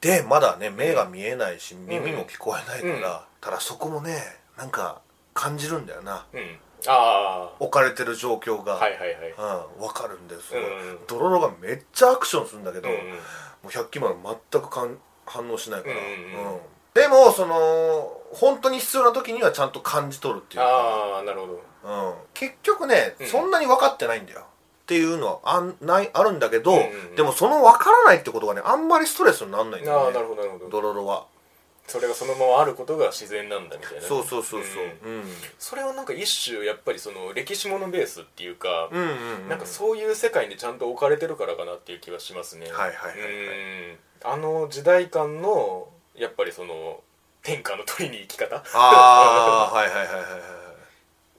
Speaker 2: でまだね目が見えないし、耳も聞こえないから、
Speaker 1: う
Speaker 2: ただそこもねなんか感じるんだよな
Speaker 1: うんあ
Speaker 2: 置かれてる状況が、
Speaker 1: あはいはいはい
Speaker 2: うん、分かるんですごい、
Speaker 1: うんうん
Speaker 2: ドロロがめっちゃアクションするんだけど、
Speaker 1: うん
Speaker 2: もう100キロまで全くかん反応しないから、
Speaker 1: うんうんうん
Speaker 2: でもその本当に必要な時にはちゃんと感じ取るっていうか
Speaker 1: ああなるほど
Speaker 2: うん、結局ね、
Speaker 1: うん
Speaker 2: そんなに分かってないんだよっていうのはあんないあるんだけど、
Speaker 1: うんうんうん
Speaker 2: でもその分からないってことがねあんまりストレスにならないんだ
Speaker 1: あ
Speaker 2: よ
Speaker 1: あな
Speaker 2: ね
Speaker 1: るほどなるほど
Speaker 2: ドロロは、
Speaker 1: それがそのままあることが自然なんだみたいなね
Speaker 2: そうそうそうそう、
Speaker 1: ん
Speaker 2: うん、
Speaker 1: それはなんか一種やっぱりその歴史ものベースっていうか、
Speaker 2: うんうんうん
Speaker 1: なんかそういう世界にちゃんと置かれてるからかなっていう気はしますね
Speaker 2: はいはいはいはい
Speaker 1: うんあの時代感のやっぱりその天下の取りに行き方
Speaker 2: ああはいはいはいはいはい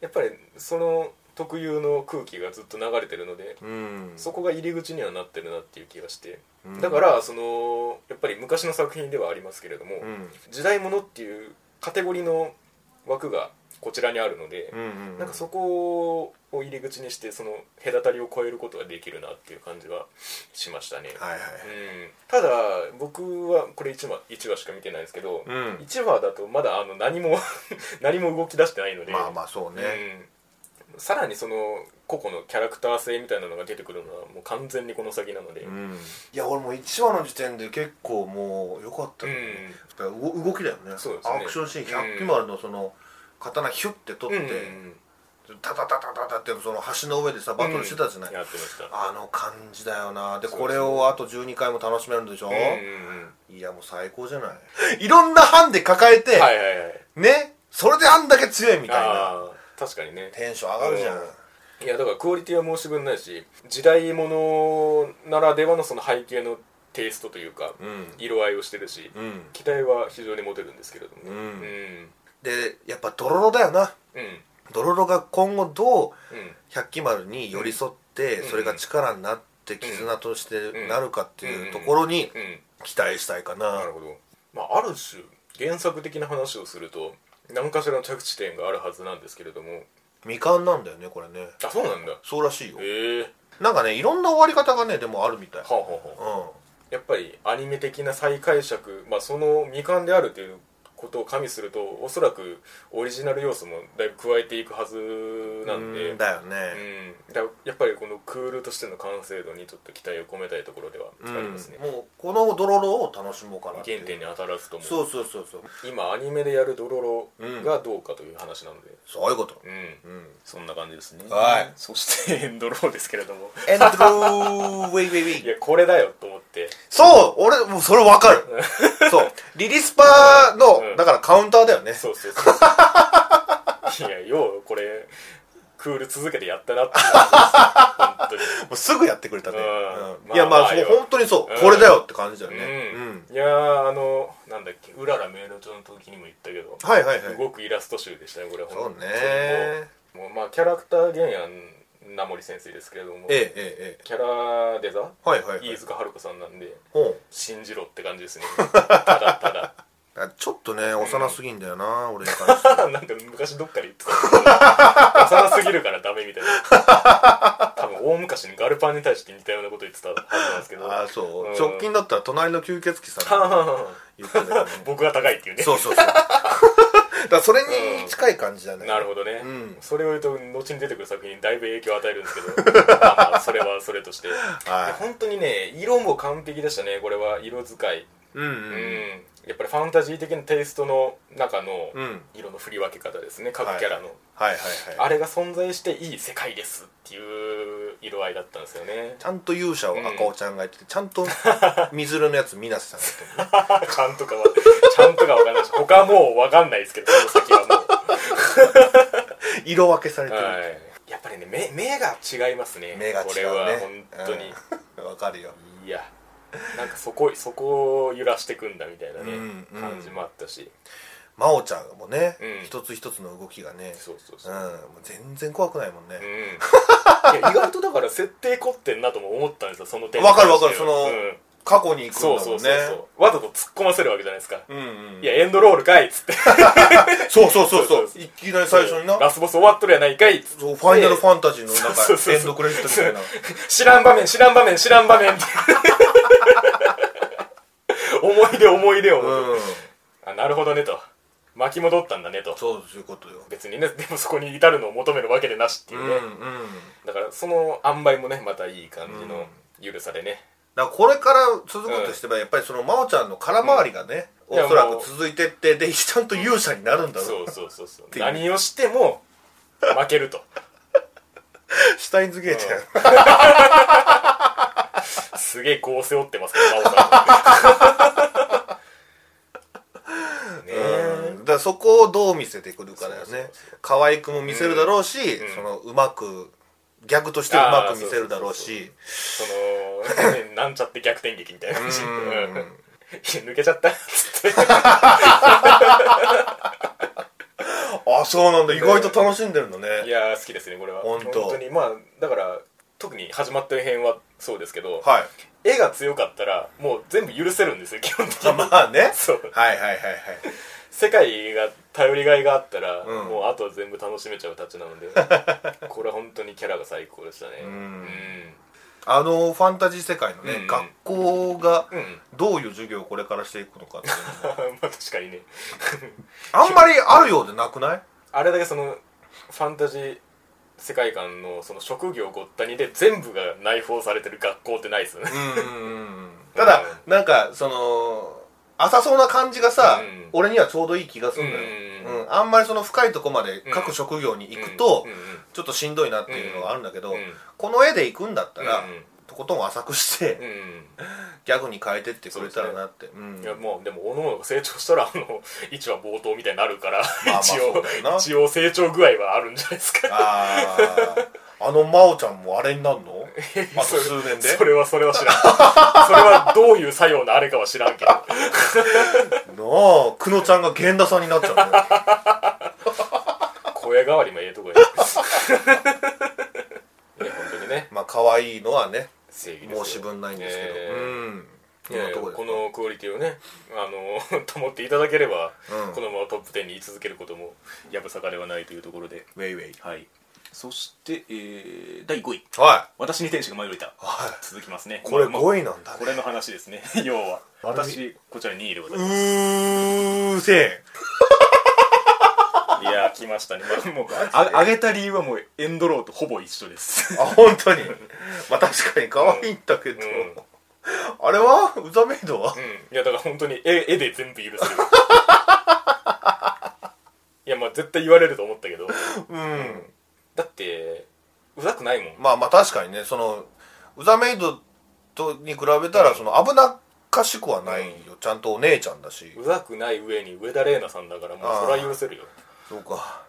Speaker 1: やっぱりその特有の空気がずっと流れてるので
Speaker 2: うん
Speaker 1: そこが入り口にはなってるなっていう気がして
Speaker 2: うん
Speaker 1: だからそのやっぱり昔の作品ではありますけれども、
Speaker 2: うん
Speaker 1: 時代物っていうカテゴリーの枠がこちらにあるので
Speaker 2: う、んうんうん
Speaker 1: なんかそこを入り口にしてその隔たりを超えることができるなっていう感じはしましたね、
Speaker 2: はい
Speaker 1: う
Speaker 2: はい
Speaker 1: ん、ただ僕はこれ1話 ,1 話しか見てないんですけど、
Speaker 2: うん
Speaker 1: 1話だとまだあの何も *laughs* 何も動き出してないので
Speaker 2: まあまあそうね、
Speaker 1: うん、さらにその個々のキャラクター性みたいなのが出てくるのはもう完全にこの先なので、
Speaker 2: うんいや俺も1話の時点で結構もうよかったよね、う動きだよね
Speaker 1: そうですね
Speaker 2: アクションシーン
Speaker 1: うん
Speaker 2: 百鬼丸のその刀ヒュッて取
Speaker 1: うん
Speaker 2: って、タタタタタタってその橋の上でさバトルしてたじゃない、
Speaker 1: やってました
Speaker 2: あの感じだよなで
Speaker 1: そうそう
Speaker 2: これをあと12回も楽しめるんでし
Speaker 1: う
Speaker 2: ょ、
Speaker 1: んうんうん
Speaker 2: いやもう最高じゃないい *laughs* ろんな班で抱えて、
Speaker 1: はいはいはい
Speaker 2: ねそれであんだけ強いみたいな
Speaker 1: あー確かにね
Speaker 2: テンション上がるじゃん、
Speaker 1: いやだからクオリティは申し分ないし時代物ならではのその背景のテイストというか、
Speaker 2: ん
Speaker 1: 色合いをしてるし、
Speaker 2: うん
Speaker 1: 期待は非常に持てるんですけれどもね
Speaker 2: うん
Speaker 1: うん
Speaker 2: でやっぱドロロだよな
Speaker 1: うん
Speaker 2: ドロロが今後どう
Speaker 1: うん
Speaker 2: 百鬼丸に寄り添って、
Speaker 1: うん
Speaker 2: それが力になって絆としてなるかっていうところに
Speaker 1: うん
Speaker 2: 期待したいかな、
Speaker 1: なるほど、まあ、ある種原作的な話をすると何かしらの着地点があるはずなんですけれども
Speaker 2: 未完なんだよねこれね
Speaker 1: あそうなんだ
Speaker 2: そうらしいよ
Speaker 1: へえ
Speaker 2: なんかねいろんな終わり方がねでもあるみたい
Speaker 1: はあ、はあはあ、
Speaker 2: う
Speaker 1: やっぱりアニメ的な再解釈、まあ、その未完であるということを加味するとおそらくオリジナル要素もだいぶ加えていくはず
Speaker 2: ん
Speaker 1: なんで
Speaker 2: うんだよ
Speaker 1: う
Speaker 2: ね、
Speaker 1: んだやっぱりこのクールとしての完成度にちょっと期待を込めたいところでは
Speaker 2: うん
Speaker 1: ありますね、
Speaker 2: もうこのドロロを楽しもうかなっていう
Speaker 1: 原点に当たらずとも
Speaker 2: そうそうそうそう
Speaker 1: 今アニメでやるドロロがどうかという話なので
Speaker 2: そういうこと
Speaker 1: うん、
Speaker 2: うん
Speaker 1: そんな感じですね
Speaker 2: はい
Speaker 1: そしてエンドローですけれども
Speaker 2: エンドローウェイウェイウ
Speaker 1: い
Speaker 2: ェイ
Speaker 1: やこれだよと思って
Speaker 2: そう俺もうそれわかる
Speaker 1: *laughs*
Speaker 2: そうリリスパー
Speaker 1: う
Speaker 2: の
Speaker 1: ん
Speaker 2: だからカウンターだよね
Speaker 1: そうそうそう *laughs* いやようこれクール続けてやったなって感じです
Speaker 2: もうすぐやってくれたね
Speaker 1: うん
Speaker 2: うんいや
Speaker 1: まあ
Speaker 2: ま
Speaker 1: ま
Speaker 2: あ
Speaker 1: あ
Speaker 2: そう
Speaker 1: よ
Speaker 2: 本当にそう
Speaker 1: うん
Speaker 2: これだよって感じだよ
Speaker 1: 本当
Speaker 2: ね
Speaker 1: に
Speaker 2: う
Speaker 1: うん
Speaker 2: ん
Speaker 1: いやーあのなんだっけうららメイド長の時にも言ったけど、
Speaker 2: はいはいはい
Speaker 1: 動くイラスト集でしたねこれは
Speaker 2: そう
Speaker 1: 本当に
Speaker 2: ね
Speaker 1: もうもうまあキャラクター原案名森先生ですけれども
Speaker 2: ええええええ
Speaker 1: キャラデザ
Speaker 2: はいはいはい
Speaker 1: 飯塚遥さんなんで
Speaker 2: ほう
Speaker 1: 信じろって感じですねただただ
Speaker 2: あちょっとね幼すぎんだよな俺か
Speaker 1: *laughs*
Speaker 2: らしたら
Speaker 1: なんか昔どっかで言ってた幼すぎるからダメみたいな多分大昔にガルパンに対して似たようなこと言ってたはずなんですけど
Speaker 2: ああそううん直近だったら隣の吸血鬼さんが
Speaker 1: は
Speaker 2: 言ってたけ
Speaker 1: *laughs*
Speaker 2: どね
Speaker 1: あ僕が高いっていうね
Speaker 2: そうそうそう *laughs* だからそれに近い感じだね
Speaker 1: なるほどね、
Speaker 2: うん
Speaker 1: それを言うと後に出てくる作品にだいぶ影響を与えるんですけ
Speaker 2: *laughs*
Speaker 1: どまあまあそれはそれとして、
Speaker 2: はい
Speaker 1: いや本当にね色も完璧でしたねこれは色使い、
Speaker 2: うん
Speaker 1: う
Speaker 2: うんん
Speaker 1: やっぱりファンタジー的なテイストの中の
Speaker 2: うん
Speaker 1: 色の振り分け方ですね各キャラの、
Speaker 2: はいはいはい
Speaker 1: あれが存在していい世界ですっていう色合いだったんですよね
Speaker 2: ちゃんと勇者を赤尾ちゃんが言っててちゃんとみずるのやつ水瀬さんが言っ
Speaker 1: *laughs*
Speaker 2: てて
Speaker 1: ちゃんとかはちゃんとかわかんないし他はもうわかんないですけどこの先はもう、
Speaker 2: 色分けされてる
Speaker 1: はい、やっぱりね目目が違いますね
Speaker 2: 目が違うね
Speaker 1: これは本当に、
Speaker 2: うんわかるよ
Speaker 1: いやなんかそこそこを揺らしてくんだみたいなね、
Speaker 2: うんうん
Speaker 1: 感じもあったし
Speaker 2: 真央ちゃんもね
Speaker 1: うん
Speaker 2: 一つ一つの動きがね
Speaker 1: そうそう
Speaker 2: う
Speaker 1: そ
Speaker 2: ん
Speaker 1: う、
Speaker 2: もう全然怖くないもん
Speaker 1: うん
Speaker 2: ね
Speaker 1: いや意外とだから設定凝ってんなとも思ったんですよその点
Speaker 2: わかるわかる
Speaker 1: うん
Speaker 2: その過去に行く
Speaker 1: そ
Speaker 2: ん
Speaker 1: う
Speaker 2: だ
Speaker 1: そう
Speaker 2: も
Speaker 1: んそう
Speaker 2: ね
Speaker 1: そうわざと突っ込ませるわけじゃないですか、
Speaker 2: うんうん
Speaker 1: いやエンドロールかいっつって
Speaker 2: そうそうそ
Speaker 1: そ
Speaker 2: う
Speaker 1: うそう
Speaker 2: そういきなり最初にな
Speaker 1: ラスボス終わっとるやないかいっつって
Speaker 2: そうファイナルファンタジーのなんか
Speaker 1: そうそうそう
Speaker 2: エンドクレジットみたいな
Speaker 1: 知らん場面知らん場面知らん場面って *laughs* 思い出思い出を、
Speaker 2: うん
Speaker 1: あなるほどねと巻き戻ったんだねと
Speaker 2: そうそういうことよ
Speaker 1: 別にねでもそこに至るのを求めるわけでなしっていううんね、
Speaker 2: うん
Speaker 1: だからその塩梅もねまたいい感じの緩さでね、
Speaker 2: だからこれから続くとしてばやっぱりその真央ちゃんの空回りがね
Speaker 1: うん
Speaker 2: おそらく続いてってでちゃんと勇者になるんだろ
Speaker 1: そ
Speaker 2: う
Speaker 1: うそうそうそう
Speaker 2: ていう
Speaker 1: 何をしても負けると
Speaker 2: シュタインズゲートや
Speaker 1: すげえ合背負ってますけど真央さん
Speaker 2: *laughs*
Speaker 1: ねえ
Speaker 2: うんだからそこをどう見せてくるかだよ
Speaker 1: そうそう
Speaker 2: ね可愛くも見せるだろうし、
Speaker 1: ん
Speaker 2: そのうまくギャグとしてうまく見せるだろうし
Speaker 1: その、ね
Speaker 2: *laughs*
Speaker 1: なんちゃって逆転劇 *laughs* みたいな感じ。うんいや、抜けちゃ
Speaker 2: *laughs*
Speaker 1: ったっつって。
Speaker 2: あそうなんだ意外と楽しんでるの
Speaker 1: い
Speaker 2: ね
Speaker 1: やー、好きですね、これは。
Speaker 2: ほんと
Speaker 1: に、まあ、だから、特に始まった編はそうですけど、
Speaker 2: はい
Speaker 1: 絵が強かったら、もう全部許せるんですよ、基本的に。
Speaker 2: まあね
Speaker 1: そう。
Speaker 2: はいはいはいはい
Speaker 1: 世界が頼りがいがあったら、
Speaker 2: うん
Speaker 1: もうあとは全部楽しめちゃうたちな
Speaker 2: *laughs*
Speaker 1: ので、これは本当にキャラが最高でしたね。うんん。
Speaker 2: あのファンタジー世界のね、
Speaker 1: うん
Speaker 2: 学校が
Speaker 1: うん。 *laughs*
Speaker 2: どういう授業をこれからしていくのかっていうのも
Speaker 1: まあ、確かにね。
Speaker 2: あんまりあるようでなくない
Speaker 1: あれだけそのファンタジー世界観のその職業ごったにで全部が内包されてる学校ってないですよね
Speaker 2: ただなんかその浅そうな感じがさ、
Speaker 1: うん
Speaker 2: 俺にはちょうどいい気がするんだよ、
Speaker 1: うんうんうん
Speaker 2: うんあんまりその深いとこまで各職業に行く *laughs* と、
Speaker 1: うんうんうん
Speaker 2: ちょっとしんどいなっていうのがあるんだけど、
Speaker 1: うん
Speaker 2: この絵で行くんだったら、
Speaker 1: うんうん
Speaker 2: とことん浅くして、
Speaker 1: うん
Speaker 2: ギャグに変えてってくれたらなって、うん
Speaker 1: いやもうでも各々が成長したらあの一話冒頭みたいになるから、
Speaker 2: まあまあ
Speaker 1: 一
Speaker 2: そう
Speaker 1: 応
Speaker 2: だよな
Speaker 1: 一応成長具合はあるんじゃないですか
Speaker 2: あーあの真央ちゃんもあれに
Speaker 1: *laughs*
Speaker 2: なるのあと数年で
Speaker 1: それはそれは知らん *laughs* それはどういう作用のあれかは知ら
Speaker 2: *laughs*
Speaker 1: んけど
Speaker 2: なあ久野ちゃんが源田さんになっちゃうのよ
Speaker 1: 声変わりもええとこや *laughs* いや本当にね
Speaker 2: まあ可愛いのはね
Speaker 1: 正義ですよ
Speaker 2: 申し分ないんですけど、
Speaker 1: えー
Speaker 2: うん
Speaker 1: いやいや
Speaker 2: 今の
Speaker 1: こ
Speaker 2: ところ
Speaker 1: のクオリティをねあの *laughs* 保っていただければ、
Speaker 2: うん
Speaker 1: このままトップ10に居続けることもやぶさかではないというところで
Speaker 2: ウェイウェイ
Speaker 3: はいそして、えー、第5位
Speaker 2: はい
Speaker 3: 私に天使が迷いた
Speaker 2: はい
Speaker 3: 続きますね
Speaker 2: これ
Speaker 3: まあまあ
Speaker 2: 5位なんだ
Speaker 3: こ
Speaker 2: ね
Speaker 3: れの話ですね *laughs* 要は私こちら2位でございう
Speaker 1: *laughs*
Speaker 3: ま
Speaker 2: ーせえ
Speaker 1: いやー来ましたね、まあ、もう
Speaker 3: すあ上げた理由はもうエンドローとほぼ一緒です
Speaker 2: あ本当に *laughs* まあ確かに可愛いんだけど、
Speaker 1: うん
Speaker 2: あれはウザメイドは
Speaker 1: うん *laughs* いやだから本当に絵絵で
Speaker 3: *laughs*
Speaker 1: 全部許せるいやまあ絶対言われると思ったけど
Speaker 2: うん
Speaker 1: だってうざくないもん
Speaker 2: まあまあ確かにねそのウザメイドとに比べたらその危なっかしくはないよ、ちゃんとお姉ちゃんだし、
Speaker 1: うざくない上に上田玲奈さんだからもう
Speaker 2: あー
Speaker 1: それは許せるよ
Speaker 2: そうか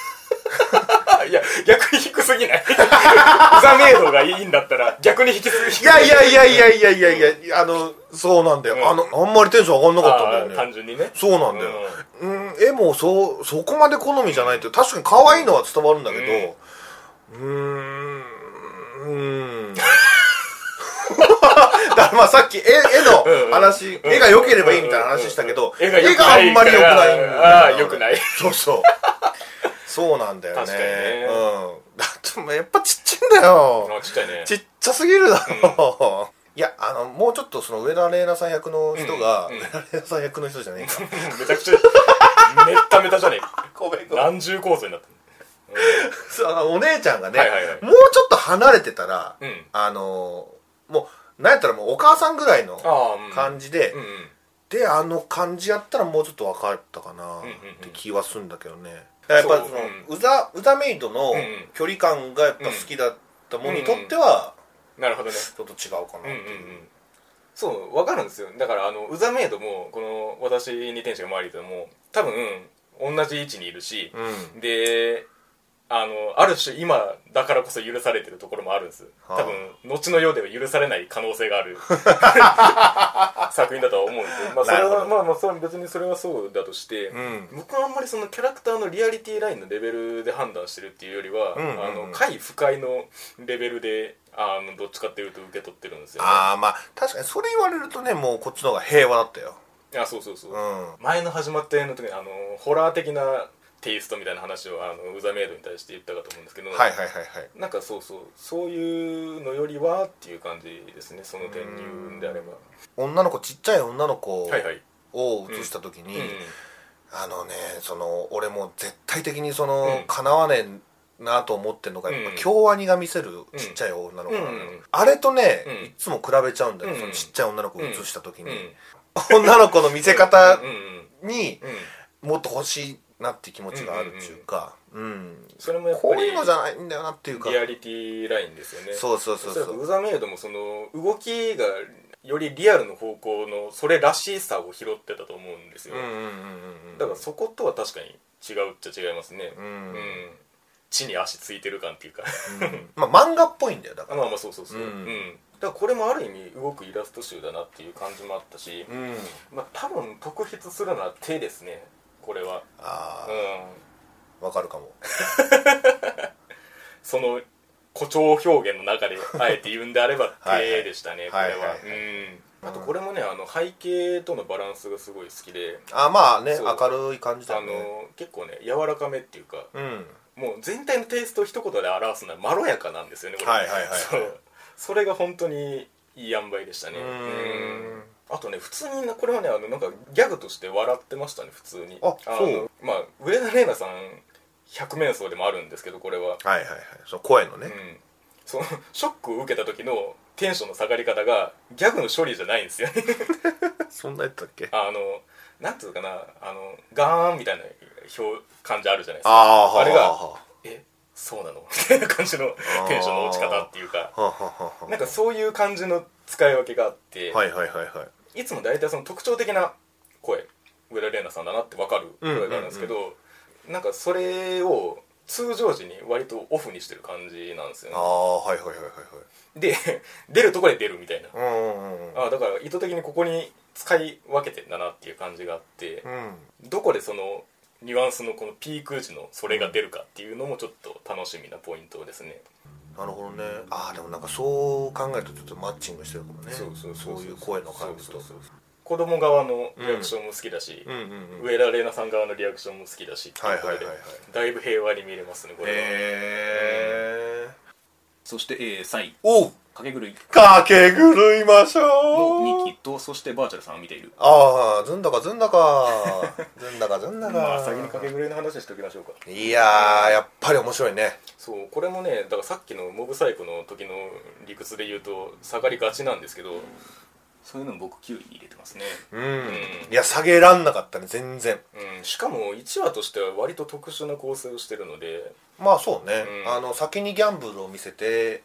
Speaker 1: *laughs* いや逆に低すぎない *laughs* うざメイドがいいんだったら逆に引きすぎ
Speaker 2: いやいやいやいやいやいやいや、あのそうなんだよ、
Speaker 1: うん
Speaker 2: あのあんまりテンション上がんなかったんだ
Speaker 1: あ
Speaker 2: よ
Speaker 1: ー
Speaker 2: ね
Speaker 1: 単純にね
Speaker 2: そうなんだよ、うん、絵もそうそこまで好みじゃないって確かに可愛いのは伝わるんだけどうーんうーんだからまあさっき絵絵
Speaker 1: うんうん
Speaker 2: の話、絵が良ければいいみたいな話したけど、
Speaker 1: うんうんうんうん
Speaker 2: 絵があんまり良くないんだよ
Speaker 1: ああ良くない
Speaker 2: そうそうそうなんだよね
Speaker 1: 確かにね
Speaker 2: うんだってもうやっぱちっちゃいんだよ
Speaker 1: あちっちゃいね
Speaker 2: ちっちゃすぎるだろ、ういやあのもうちょっとその上田玲奈さん役の人が、
Speaker 1: うんうん
Speaker 2: 上田玲奈さん役の人じゃねえか
Speaker 1: めちゃくちゃめっためたじゃねえか
Speaker 2: ごめん
Speaker 1: 何重構造になって
Speaker 2: そうあのお姉ちゃんがね、
Speaker 1: はいはいはい
Speaker 2: もうちょっと離れてたら、
Speaker 1: るうん
Speaker 2: あのーもうなんやったらもうお母さんぐらいの
Speaker 1: ああうん
Speaker 2: 感じで、
Speaker 1: うんうん
Speaker 2: であの感じやったらもうちょっと分かったかな
Speaker 1: ん
Speaker 2: っ
Speaker 1: うん
Speaker 2: て気はするんだけどね、やっぱり
Speaker 1: そう
Speaker 2: その
Speaker 1: う
Speaker 2: うざうざメイドの
Speaker 1: んうん
Speaker 2: 距離感がやっぱ好きだったものにとっては、
Speaker 1: なるほどね
Speaker 2: ちょっと違うかなっ
Speaker 1: う
Speaker 2: て
Speaker 1: んうんう
Speaker 2: いう、
Speaker 1: んそうわかるんですよだからあのウザメイドもこの私に天使が回りとも多分同じ位置にいるし
Speaker 2: うん
Speaker 1: であのある種今だからこそ許されてるところもあるんです
Speaker 2: はあ
Speaker 1: 多分後の世では許されない可能性が
Speaker 2: *laughs*
Speaker 1: ある作品だとは思うんですよ、まあ、それ
Speaker 2: なる
Speaker 1: は
Speaker 2: ほど
Speaker 1: まあまあそれは別にそれはそうだとして、
Speaker 2: うん
Speaker 1: 僕はあんまりそのキャラクターのリアリティラインのレベルで判断してるっていうよりは、
Speaker 2: うんうんうん
Speaker 1: あの快不快のレベルであのどっちかっていうと受け取ってるんですよ、ね、
Speaker 2: ああまあ確かにそれ言われるとねもうこっちの方が平和だったよ
Speaker 1: あそうそうそう、
Speaker 2: うん
Speaker 1: 前の始まった絵の時にあのホラー的なテイストみたいな話をあのウザメイドに対して言ったかと思うんですけど、
Speaker 2: はいはいはいはい
Speaker 1: なんかそうそうそういうのよりはっていう感じですねその点に言うんであれば
Speaker 2: 女の子ちっちゃい女の子
Speaker 1: はいはい、
Speaker 2: を映した時に、
Speaker 1: うん
Speaker 2: あのねその俺も絶対的にその、
Speaker 1: うん
Speaker 2: かなわねえなと思ってんのが、やっ
Speaker 1: うん
Speaker 2: ぱ京アニが見せるちっちゃい女の子なのよ、
Speaker 1: うん
Speaker 2: あれとね、
Speaker 1: うん
Speaker 2: いつも比べちゃうんだよ、
Speaker 1: うん
Speaker 2: そのちっちゃい女の子を映した時に、
Speaker 1: うん
Speaker 2: 女の子の見せ方
Speaker 1: うんうん
Speaker 2: に
Speaker 1: うん
Speaker 2: もっと欲しいなって気持ちがあるっていうか、うん
Speaker 1: それもやっぱ
Speaker 2: こ
Speaker 1: り
Speaker 2: ういうのじゃないんだよなっていうか
Speaker 1: リアリティラインですよね
Speaker 2: そうそうそう
Speaker 1: おそら
Speaker 2: そ
Speaker 1: くウ
Speaker 2: う
Speaker 1: ザメイドもその動きがよりリアルの方向のそれらしさを拾ってたと思うんですよ、
Speaker 2: うんうんうんうんうん
Speaker 1: だからそことは確かに違うっちゃ違いますね
Speaker 2: う、
Speaker 1: うん地に足ついてる感っていうか *laughs*
Speaker 2: まあ漫画っぽいんだよだ
Speaker 1: あ
Speaker 2: から
Speaker 1: まあまあそうそうそう、
Speaker 2: うん
Speaker 1: だからこれもある意味動くイラスト集だなっていう感じもあったし、
Speaker 2: うん
Speaker 1: まあ多分特筆するのは手ですねこれは
Speaker 2: あ
Speaker 1: うん
Speaker 2: あわかるかも
Speaker 1: その誇張表現の中であえて言うんであれば
Speaker 2: はいは
Speaker 1: 手
Speaker 2: い
Speaker 1: でしたね *laughs* これは
Speaker 2: はいはいは
Speaker 1: うんあとこれもねあの背景とのバランスがすごい好きで
Speaker 2: あーまあね
Speaker 1: そう
Speaker 2: 明るい感じだ
Speaker 1: あ
Speaker 2: よね
Speaker 1: の結構ね柔らかめっていうか
Speaker 2: うん
Speaker 1: もう全体のテイストを一言で表すのはまろやかなんですよねこれ
Speaker 2: はいはいはいはい
Speaker 1: そうそれが本当にいい塩梅でしたね
Speaker 2: うーん
Speaker 1: うんあとね普通にこれはねあのなんかギャグとして笑ってましたね普通に
Speaker 2: あそう
Speaker 1: のまあ上田玲奈さん百面相でもあるんですけどこれは、
Speaker 2: はいはいはいその声の
Speaker 1: う
Speaker 2: ね
Speaker 1: ん、そのショックを受けた時のテンションの下がり方がギャグの処理じゃないんですよね
Speaker 2: そんなやつだっけあ
Speaker 1: あのなんていうのかなあのガーンみたいな表感じあるじゃないですか
Speaker 2: あー
Speaker 1: あれが
Speaker 2: はあは
Speaker 1: えそうなの *laughs* みたいな感じのテンションの落ち方っていうか
Speaker 2: あはあはあはあ
Speaker 1: なんかそういう感じの使い分けがあって、
Speaker 2: はいはいはいはい
Speaker 1: い、つも大体その特徴的な声上田玲奈さんだなって分かる声があるんですけど、なんかそれを通常時に割とオフにしてる感じなんですよね
Speaker 2: ああはいはいはいはい
Speaker 1: で *laughs* 出るとこで出るみたいな、
Speaker 2: はいうんうんうん
Speaker 1: あだから意図的にここに使い分けてんだなっていう感じがあって、
Speaker 2: うん
Speaker 1: どこでそのニュアンスのこのピーク時のそれが出るかっていうのもちょっと楽しみなポイントですね、
Speaker 2: なるほどねああでもなんかそう考えるとちょっとマッチングしてるかもね
Speaker 1: そうそうそう
Speaker 2: そういう声の感じと
Speaker 1: そうそうそう子供側のリアクションも好きだし、
Speaker 2: うんうんうん
Speaker 1: 上田玲奈さん側のリアクションも好きだしって
Speaker 2: はいいう
Speaker 1: こ
Speaker 2: はい
Speaker 1: と
Speaker 2: はい
Speaker 1: で
Speaker 2: はい
Speaker 1: だいぶ平和に見れますねこれは、
Speaker 2: へえ
Speaker 3: そして、えー、サイ
Speaker 2: おう
Speaker 3: かけ狂い
Speaker 2: かけ狂いましょう
Speaker 3: の2期とそしてバーチャルさんを見ている
Speaker 2: ああずんだかずん
Speaker 1: *laughs*
Speaker 2: だかずんだかずんだか、
Speaker 1: まあ先に掛け狂いの話しておきましょうか
Speaker 2: いやーやっぱり面白いね
Speaker 1: そうこれもねだからさっきのモブサイクの時の理屈で言うと下がりがちなんですけど
Speaker 3: そういうのも僕9位に入れてますね
Speaker 2: うん、
Speaker 1: ん
Speaker 2: いや下げらんなかったね全然
Speaker 1: うん、しかも1話としては割と特殊な構成をしてるので、
Speaker 2: まあそうね、
Speaker 1: うん
Speaker 2: あの先にギャンブルを見せて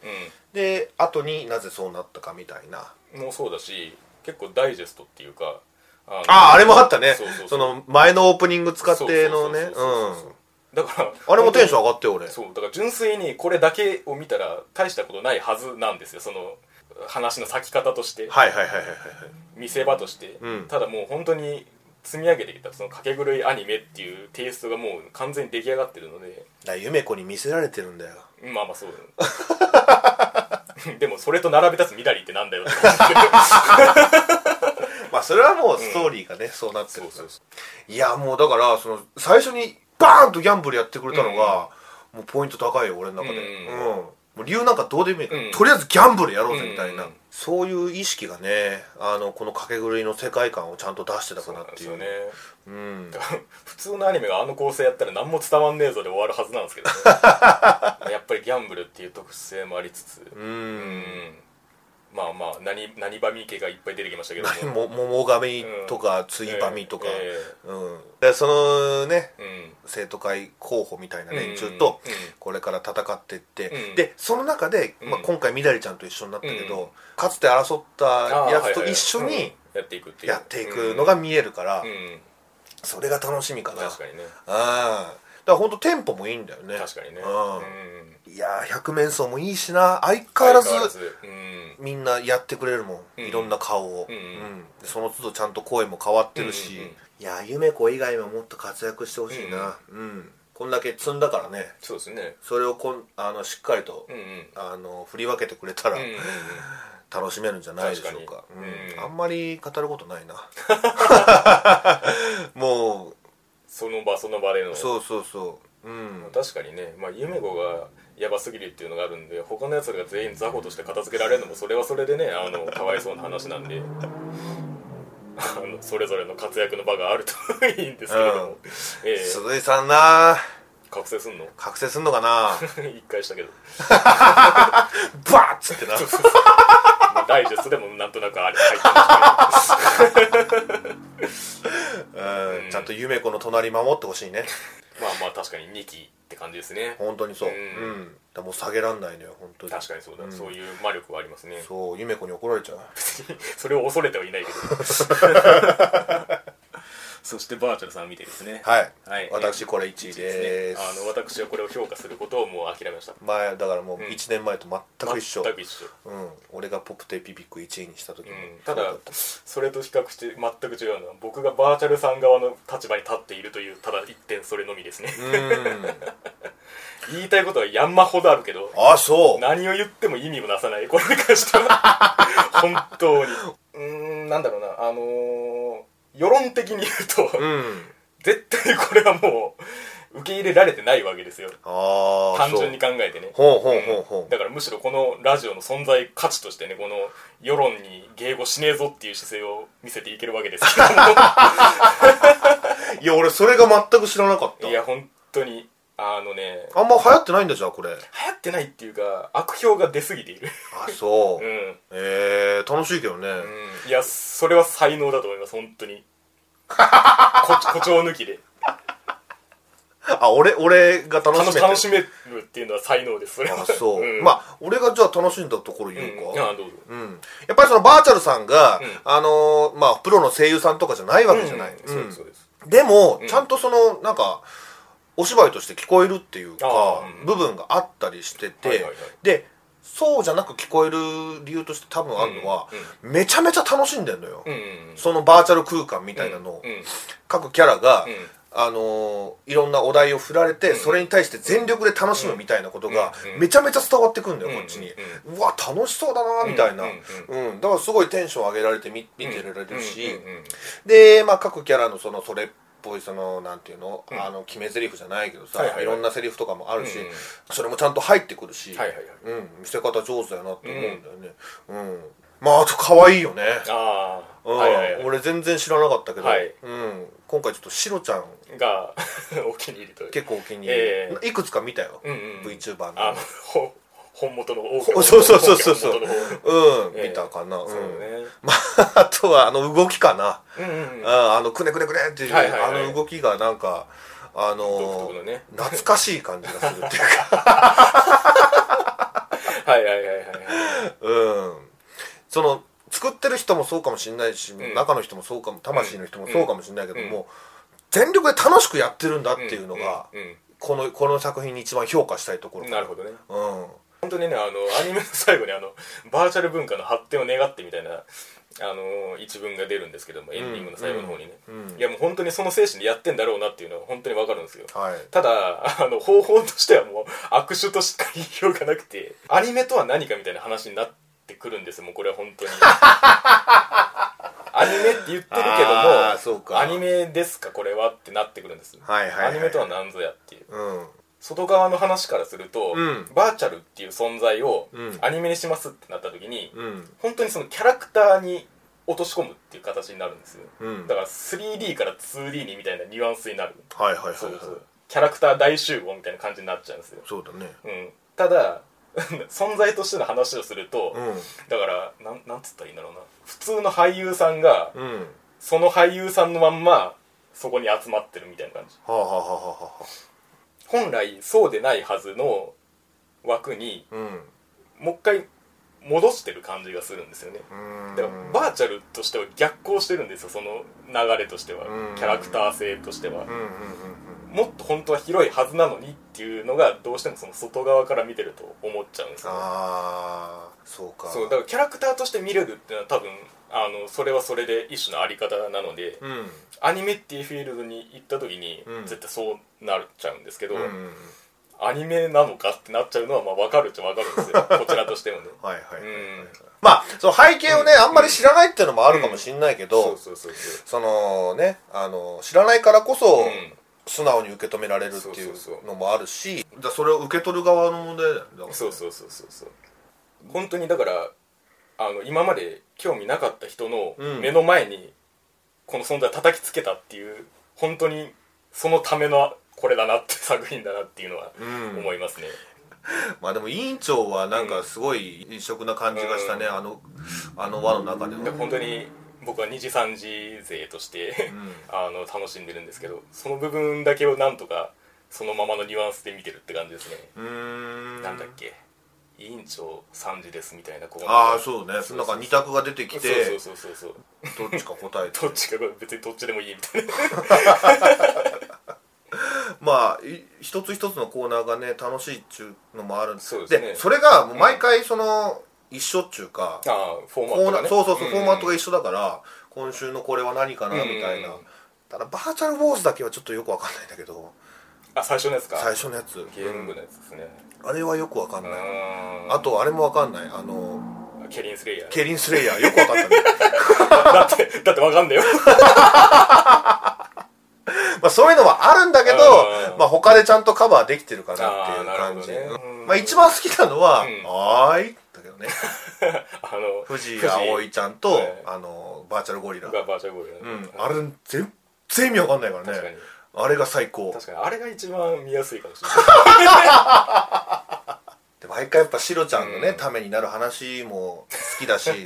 Speaker 2: で後になぜそうなったかみたいな
Speaker 1: うん、もうそうだし結構ダイジェストっていうかあ
Speaker 2: あああれもあったね
Speaker 1: そうそうそう
Speaker 2: その前のオープニング使ってのね
Speaker 1: そうそ
Speaker 2: う
Speaker 1: うそうそうそうんだから
Speaker 2: あれもテンション上がってよ俺
Speaker 1: そうだから純粋にこれだけを見たら大したことないはずなんですよその話の咲き方として、
Speaker 2: はいはいはいはいはい
Speaker 1: 見せ場として、
Speaker 2: うん
Speaker 1: ただもう本当に積み上げてきたその駆け狂いアニメっていうテイストがもう完全に出来上がってるので
Speaker 2: だから夢子に見せられてるんだよ
Speaker 1: まあまあ
Speaker 2: *laughs*
Speaker 1: そうだねでもそれと並べ立つみだりってなん
Speaker 2: *laughs*
Speaker 1: だよって思って
Speaker 2: まあそれはもうストーリーがね、そうなってる
Speaker 1: る
Speaker 2: からいやもうだからその最初にバーンとギャンブルやってくれたのが、もうポイント高いよ俺の中で、
Speaker 1: う
Speaker 2: うんんもう理由なんかどうでもいいから、
Speaker 1: うん
Speaker 2: とりあえずギャンブルやろうぜみたいな、
Speaker 1: うん
Speaker 2: そういう意識がねあのこの掛け狂いの世界観をちゃんと出してたかなっていう
Speaker 1: そうなんですよね
Speaker 2: うん
Speaker 1: *laughs* 普通のアニメがあの構成やったら何も伝わんねえぞで終わるはずなんですけ
Speaker 2: *laughs*
Speaker 1: どねやっぱりギャンブルっていう特性もありつつ
Speaker 2: う
Speaker 1: うん
Speaker 2: ん
Speaker 1: まあまあ何何ばみ系がいっぱい出てきましたけども
Speaker 2: *laughs* も桃髪とか、ついばみとか、
Speaker 1: え
Speaker 2: うんでそのね
Speaker 1: ええ
Speaker 2: 生徒会候補みたいな
Speaker 1: えうん
Speaker 2: 連中と、
Speaker 1: うん
Speaker 2: これから戦っていって、
Speaker 1: うん
Speaker 2: でその中で、まあ
Speaker 1: う、ん
Speaker 2: 今回みだりちゃんと一緒になったけど、
Speaker 1: うん
Speaker 2: かつて争った
Speaker 1: ああ
Speaker 2: やつ
Speaker 1: は
Speaker 2: と
Speaker 1: いはい
Speaker 2: 一緒に
Speaker 1: うんやっていくっていう
Speaker 2: やっていくのが
Speaker 1: うん
Speaker 2: 見えるから、
Speaker 1: うん
Speaker 2: それが楽しみかな
Speaker 1: 確かにね
Speaker 2: ああだからほんとテンポもいいんだよね
Speaker 1: 確かにね
Speaker 2: うん
Speaker 1: うん
Speaker 2: いやー百面相もいいしな相変わらず
Speaker 1: 相変わらずうん
Speaker 2: みんなやってくれるもん、
Speaker 1: うん
Speaker 2: いろんな顔を、
Speaker 1: うん
Speaker 2: でその都度ちゃんと声も変わってる
Speaker 1: う
Speaker 2: し、
Speaker 1: んうんうん
Speaker 2: いやー夢子以外ももっと活躍してほしいなうん、こんだけ積んだからね
Speaker 1: そうですね
Speaker 2: それをこんあのしっかりと、
Speaker 1: うんうん
Speaker 2: あの振り分けてくれたら
Speaker 1: うんうんうん
Speaker 2: 楽しめるんじゃないでしょうか
Speaker 1: 確かに
Speaker 2: うん
Speaker 1: うん
Speaker 2: あんまり語ることないなも
Speaker 1: その場その場での
Speaker 2: うそうそうそううん
Speaker 1: 確かにね、まあ、夢子がやばすぎるっていうのがあるんで他のやつらが全員雑魚として片付けられるのもそれはそれでねあのかわいそうな話なんであのそれぞれの活躍の場があるといいんですけれども、
Speaker 2: うん
Speaker 1: ええ
Speaker 2: 鈴井さんな
Speaker 1: 覚醒すんの *laughs*
Speaker 2: 覚醒すんのかな
Speaker 1: 一回したけど、
Speaker 2: バーッつってな
Speaker 1: まあ、ダイジェストでも *laughs* なんとなくあれ入ってました
Speaker 2: うんちゃんと夢子の隣守ってほしいね
Speaker 1: けどまあまあ確かに2期って感じですね
Speaker 2: 本当にそう、
Speaker 1: う
Speaker 2: うんんだからもう下げらんないのよ本当に
Speaker 1: 確かにそうだ、
Speaker 2: ん
Speaker 1: そういう魔力はありますね
Speaker 2: そう夢子に怒られちゃう
Speaker 1: それを恐れてはいないけど *laughs*
Speaker 3: そしてバーチャルさん見てですね
Speaker 2: はい、
Speaker 3: はい
Speaker 2: 私これ1位です
Speaker 1: あの私はこれを評価することをもう諦めました
Speaker 2: 前だからもう
Speaker 1: うん
Speaker 2: 1年前と全く一緒、
Speaker 1: 全く一緒、
Speaker 2: うん、俺がポプテピピック1位にした時
Speaker 1: う
Speaker 2: も、
Speaker 1: ん、た
Speaker 2: そう
Speaker 1: だ
Speaker 2: った
Speaker 1: それと比較して全く違うのは僕がバーチャルさん側の立場に立っているというただ一点それのみですね
Speaker 2: う
Speaker 1: 言いたいことは山ほどあるけど
Speaker 2: んあそう
Speaker 1: 何を言っても意味をなさないこれに関しては
Speaker 2: *laughs*
Speaker 1: 本当にうーんなんだろうなあのー世論的に言うと、
Speaker 2: うん
Speaker 1: 絶対これはもう受け入れられてないわけですよ
Speaker 2: ああ
Speaker 1: 単純に考えてね
Speaker 2: ほうほうほうほう
Speaker 1: だからむしろこのラジオの存在価値としてねこの世論に迎合しねえぞっていう姿勢を見せていけるわけですけ
Speaker 2: いや俺それが全く知らなかっ
Speaker 1: ど
Speaker 2: た
Speaker 1: もいや本当にあのね
Speaker 2: あんま流行ってないんだじゃあこれ
Speaker 1: 流行ってないっていうか悪評が出過ぎている
Speaker 2: あそうう、
Speaker 1: ん、
Speaker 2: えー、楽しいけどね、
Speaker 1: いやそれは才能だと思います本当にこ誇張抜きで
Speaker 2: あ俺俺が楽
Speaker 1: 楽
Speaker 2: しめて
Speaker 1: し
Speaker 2: る
Speaker 1: 楽しめるっていうのは才能ですそれは
Speaker 2: あそう、
Speaker 1: ん
Speaker 2: まあ俺がじゃあ楽しんだところ
Speaker 1: う
Speaker 2: 言
Speaker 1: ん
Speaker 2: う
Speaker 1: い
Speaker 2: か
Speaker 1: やどうぞ
Speaker 2: うん、やっぱりそのバーチャルさんが、
Speaker 1: ん
Speaker 2: あのーまあプロの声優さんとかじゃないわけじゃな
Speaker 1: う
Speaker 2: い、
Speaker 1: ん
Speaker 2: うん
Speaker 1: そうですそうです
Speaker 2: でも、
Speaker 1: ん
Speaker 2: ちゃんとそのなんかお芝居として聞こえるっていう
Speaker 1: あ
Speaker 2: か
Speaker 1: ー、うん
Speaker 2: 部分があったりしてて、
Speaker 1: はいはいはい
Speaker 2: でそうじゃなく聞こえる理由として多分あるのは、めちゃめちゃ楽しんでんのよ、
Speaker 1: うん
Speaker 2: そのバーチャル空間みたいなのを、
Speaker 1: うんうん
Speaker 2: 各キャラが、
Speaker 1: うん
Speaker 2: あのーいろんなお題を振られて、それに対して全力で楽しむみたいなことが、めちゃめちゃ伝わってくんだよ、こっちに、うわ楽しそうだなみたいな、
Speaker 1: う
Speaker 2: うんんだからすごいテンション上げられて見見てられるし、
Speaker 1: うんうんうん
Speaker 2: で、まあ、各キャラのそのそれっぽいそのなんていうの,、あの決め台詞じゃないけどさ、
Speaker 1: はい
Speaker 2: い
Speaker 1: はいはい
Speaker 2: ろんなセリフとかもあるし、
Speaker 1: うんうん
Speaker 2: それもちゃんと入ってくるし、
Speaker 1: はいはいはい
Speaker 2: うん、見せ方上手だよなと思うんだよね、うんまああと可愛いよね、
Speaker 1: ああ、
Speaker 2: うん
Speaker 1: はいはいはい
Speaker 2: 俺全然知らなかったけど、
Speaker 1: はい
Speaker 2: うん、今回ちょっとシロちゃん
Speaker 1: がお気に入りという
Speaker 2: 結構お気に入り、
Speaker 1: え
Speaker 2: いくつか見たよ、
Speaker 1: うんうん
Speaker 2: VTuber
Speaker 1: あ
Speaker 2: の
Speaker 1: ほ本元の大きな
Speaker 2: そうそうそうそうそう
Speaker 1: 本元の方
Speaker 2: うん、
Speaker 1: ええ
Speaker 2: 見たかな、うん
Speaker 1: そうね
Speaker 2: ま *laughs* ああとはあの動きかな、
Speaker 1: うんうんうん
Speaker 2: ああのくねくねくねっていう、
Speaker 1: はいはいはい
Speaker 2: あの動きがなんかあ
Speaker 1: 独
Speaker 2: の
Speaker 1: 特のね
Speaker 2: 懐かしい感じがするっていう
Speaker 1: *laughs*
Speaker 2: か
Speaker 1: はいはいはいはい
Speaker 2: うんその作ってる人もそうかもしれないし、
Speaker 1: ん
Speaker 2: 中の人もそうかも魂の人もそうかもしれないけども、全力で楽しくやってるんだっていうのが、
Speaker 1: うんうん
Speaker 2: このこの作品に一番評価したいとこ
Speaker 1: う
Speaker 2: ろ
Speaker 1: んなるほどね
Speaker 2: ど、うん、
Speaker 1: 本当にねあのアニメの最後にあのバーチャル文化の発展を願ってみたいなあの一文が出るんですけどもエンディングの最後の方にね、
Speaker 2: うんうん
Speaker 1: いやもう本当にその精神でやってんだろうなっていうのは本当にわかるんですよ
Speaker 2: はい
Speaker 1: ただあの方法としてはもう握手としか言いようがなくてアニメとは何かみたいな話になってくるんですよもうこれは本当にアニメって言ってる
Speaker 2: あー
Speaker 1: け
Speaker 2: そう
Speaker 1: ども
Speaker 2: か
Speaker 1: アニメですかこれはってなってくるんです、
Speaker 2: はいはいはい
Speaker 1: アニメとは何ぞやっていう
Speaker 2: うん
Speaker 1: 外側の話からすると、
Speaker 2: うん
Speaker 1: バーチャルっていう存在を
Speaker 2: うん
Speaker 1: アニメにしますってなった時に、
Speaker 2: うん
Speaker 1: 本当にそのキャラクターに落とし込むっていう形になるんですよ、
Speaker 2: うん
Speaker 1: だから 3D から 2D にみたいなニュアンスになる
Speaker 2: はいはいはいはい
Speaker 1: そうそうキャラクター大集合みたいな感じになっちゃうんですよ、
Speaker 2: そうだね
Speaker 1: うん、ただ *laughs* 存在としての話をすると、
Speaker 2: う
Speaker 1: だからなんなんつったらいいんだろうな普通の俳優さんが
Speaker 2: んうん
Speaker 1: その俳優さんのまんまそこに集まってるみたいな感じ
Speaker 2: はあはあはあはあはあ
Speaker 1: 本来そうでないはずの枠に
Speaker 2: うん
Speaker 1: もう一回戻してる感じがするんですよね
Speaker 2: うん
Speaker 1: だからバーチャルとしては逆行してるんですよその流れとしては
Speaker 2: うん
Speaker 1: キャラクター性としては
Speaker 2: うんうんうんうん
Speaker 1: もっと本当は広いはずなのにっていうのがどうしてもその外側から見てると思っちゃうんですよね
Speaker 2: ああそうか
Speaker 1: そうだからキャラクターとして見れるっていうのは多分あのそれはそれで一種のあり方なので、
Speaker 2: うん
Speaker 1: アニメっていうフィールドに行った時に
Speaker 2: うん
Speaker 1: 絶対そうなっちゃうんですけど、
Speaker 2: うん
Speaker 1: アニメなのかってなっちゃうのはまあ分かるっちゃ分かるんです
Speaker 2: *laughs*
Speaker 1: よこちらとしてもね
Speaker 2: はいはい、
Speaker 1: うん
Speaker 2: まあその背景をね、あんまり知らないっていうのもあるかもしれないけど、
Speaker 1: そうそうそうそう
Speaker 2: そのねあの知らないからこそ、
Speaker 1: うん
Speaker 2: 素直に受け止められるってい
Speaker 1: そうそうそう
Speaker 2: うのもあるしだからそれを受け取る側の問題だよねだからね
Speaker 1: そうそうそうそうそう本当にだからあの今まで興味なかった人の
Speaker 2: うん
Speaker 1: 目の前にこの存在を叩きつけたっていう本当にそのためのこれだなって作品だなっていうのは
Speaker 2: ん
Speaker 1: 思いますね、
Speaker 2: まあでも委員長はなんかすごい異色な感じがしたね、あのあの輪の中では
Speaker 1: で本当に僕は2次3次勢として、あの楽しんでるんですけどその部分だけをなんとかそのままのニュアンスで見てるって感じですね、
Speaker 2: うーん
Speaker 1: なんだっけ委員長3時ですみたいなこ
Speaker 2: ああそうねなんか二択が出てき
Speaker 1: そ
Speaker 2: て
Speaker 1: うそうそうそう
Speaker 2: どっちか答
Speaker 1: *laughs*
Speaker 2: えて
Speaker 1: どっちかが別にどっちでもいいみたいな
Speaker 2: まあい一つ一つのコーナーがね楽しいっちゅうのもあるん
Speaker 1: そうですね
Speaker 2: それがもう毎回その、一緒っちゅうか
Speaker 1: ああフォーマッ
Speaker 2: コ
Speaker 1: ト
Speaker 2: ーナ
Speaker 1: が、
Speaker 2: ー
Speaker 1: ね、
Speaker 2: そうそうそう、
Speaker 1: ん
Speaker 2: フォーマットが一緒だから今週のこれは何かなみたいな、
Speaker 1: うん
Speaker 2: ただバーチャルウォーズだけはちょっとよくわかんないんだけど
Speaker 1: あ最初のやつか
Speaker 2: 最初のやつ
Speaker 1: ゲーム部のやつですね
Speaker 2: あれはよくわかんない、
Speaker 1: うん
Speaker 2: あとあれもわかんないあの
Speaker 1: ケリンスレイヤー
Speaker 2: ケリンスレイヤーよくわかったね
Speaker 1: *laughs* だってだってわかんないよ
Speaker 2: まあそういうのはあるんだけど
Speaker 1: うん
Speaker 2: まあ他でちゃんとカバーできてるかなっていう
Speaker 1: あーなる
Speaker 2: 感
Speaker 1: ほ
Speaker 2: じ、
Speaker 1: どねうん
Speaker 2: まあ一番好きなのは
Speaker 1: うん
Speaker 2: 「はーい」だけ
Speaker 1: *laughs*
Speaker 2: どね
Speaker 1: あの
Speaker 2: 藤井葵ちゃんと、
Speaker 1: はい
Speaker 2: あのバーチャルゴリラ、
Speaker 1: がバーチャルゴールだね、
Speaker 2: うん、あれ全然意味わかんないからね
Speaker 1: 確かに
Speaker 2: あれが最高
Speaker 1: 確かにあれが一番見やすいかもしれ
Speaker 2: *laughs* で毎回やっぱシロちゃんのね、
Speaker 1: うん
Speaker 2: ためになる話も好き
Speaker 1: *laughs*
Speaker 2: だし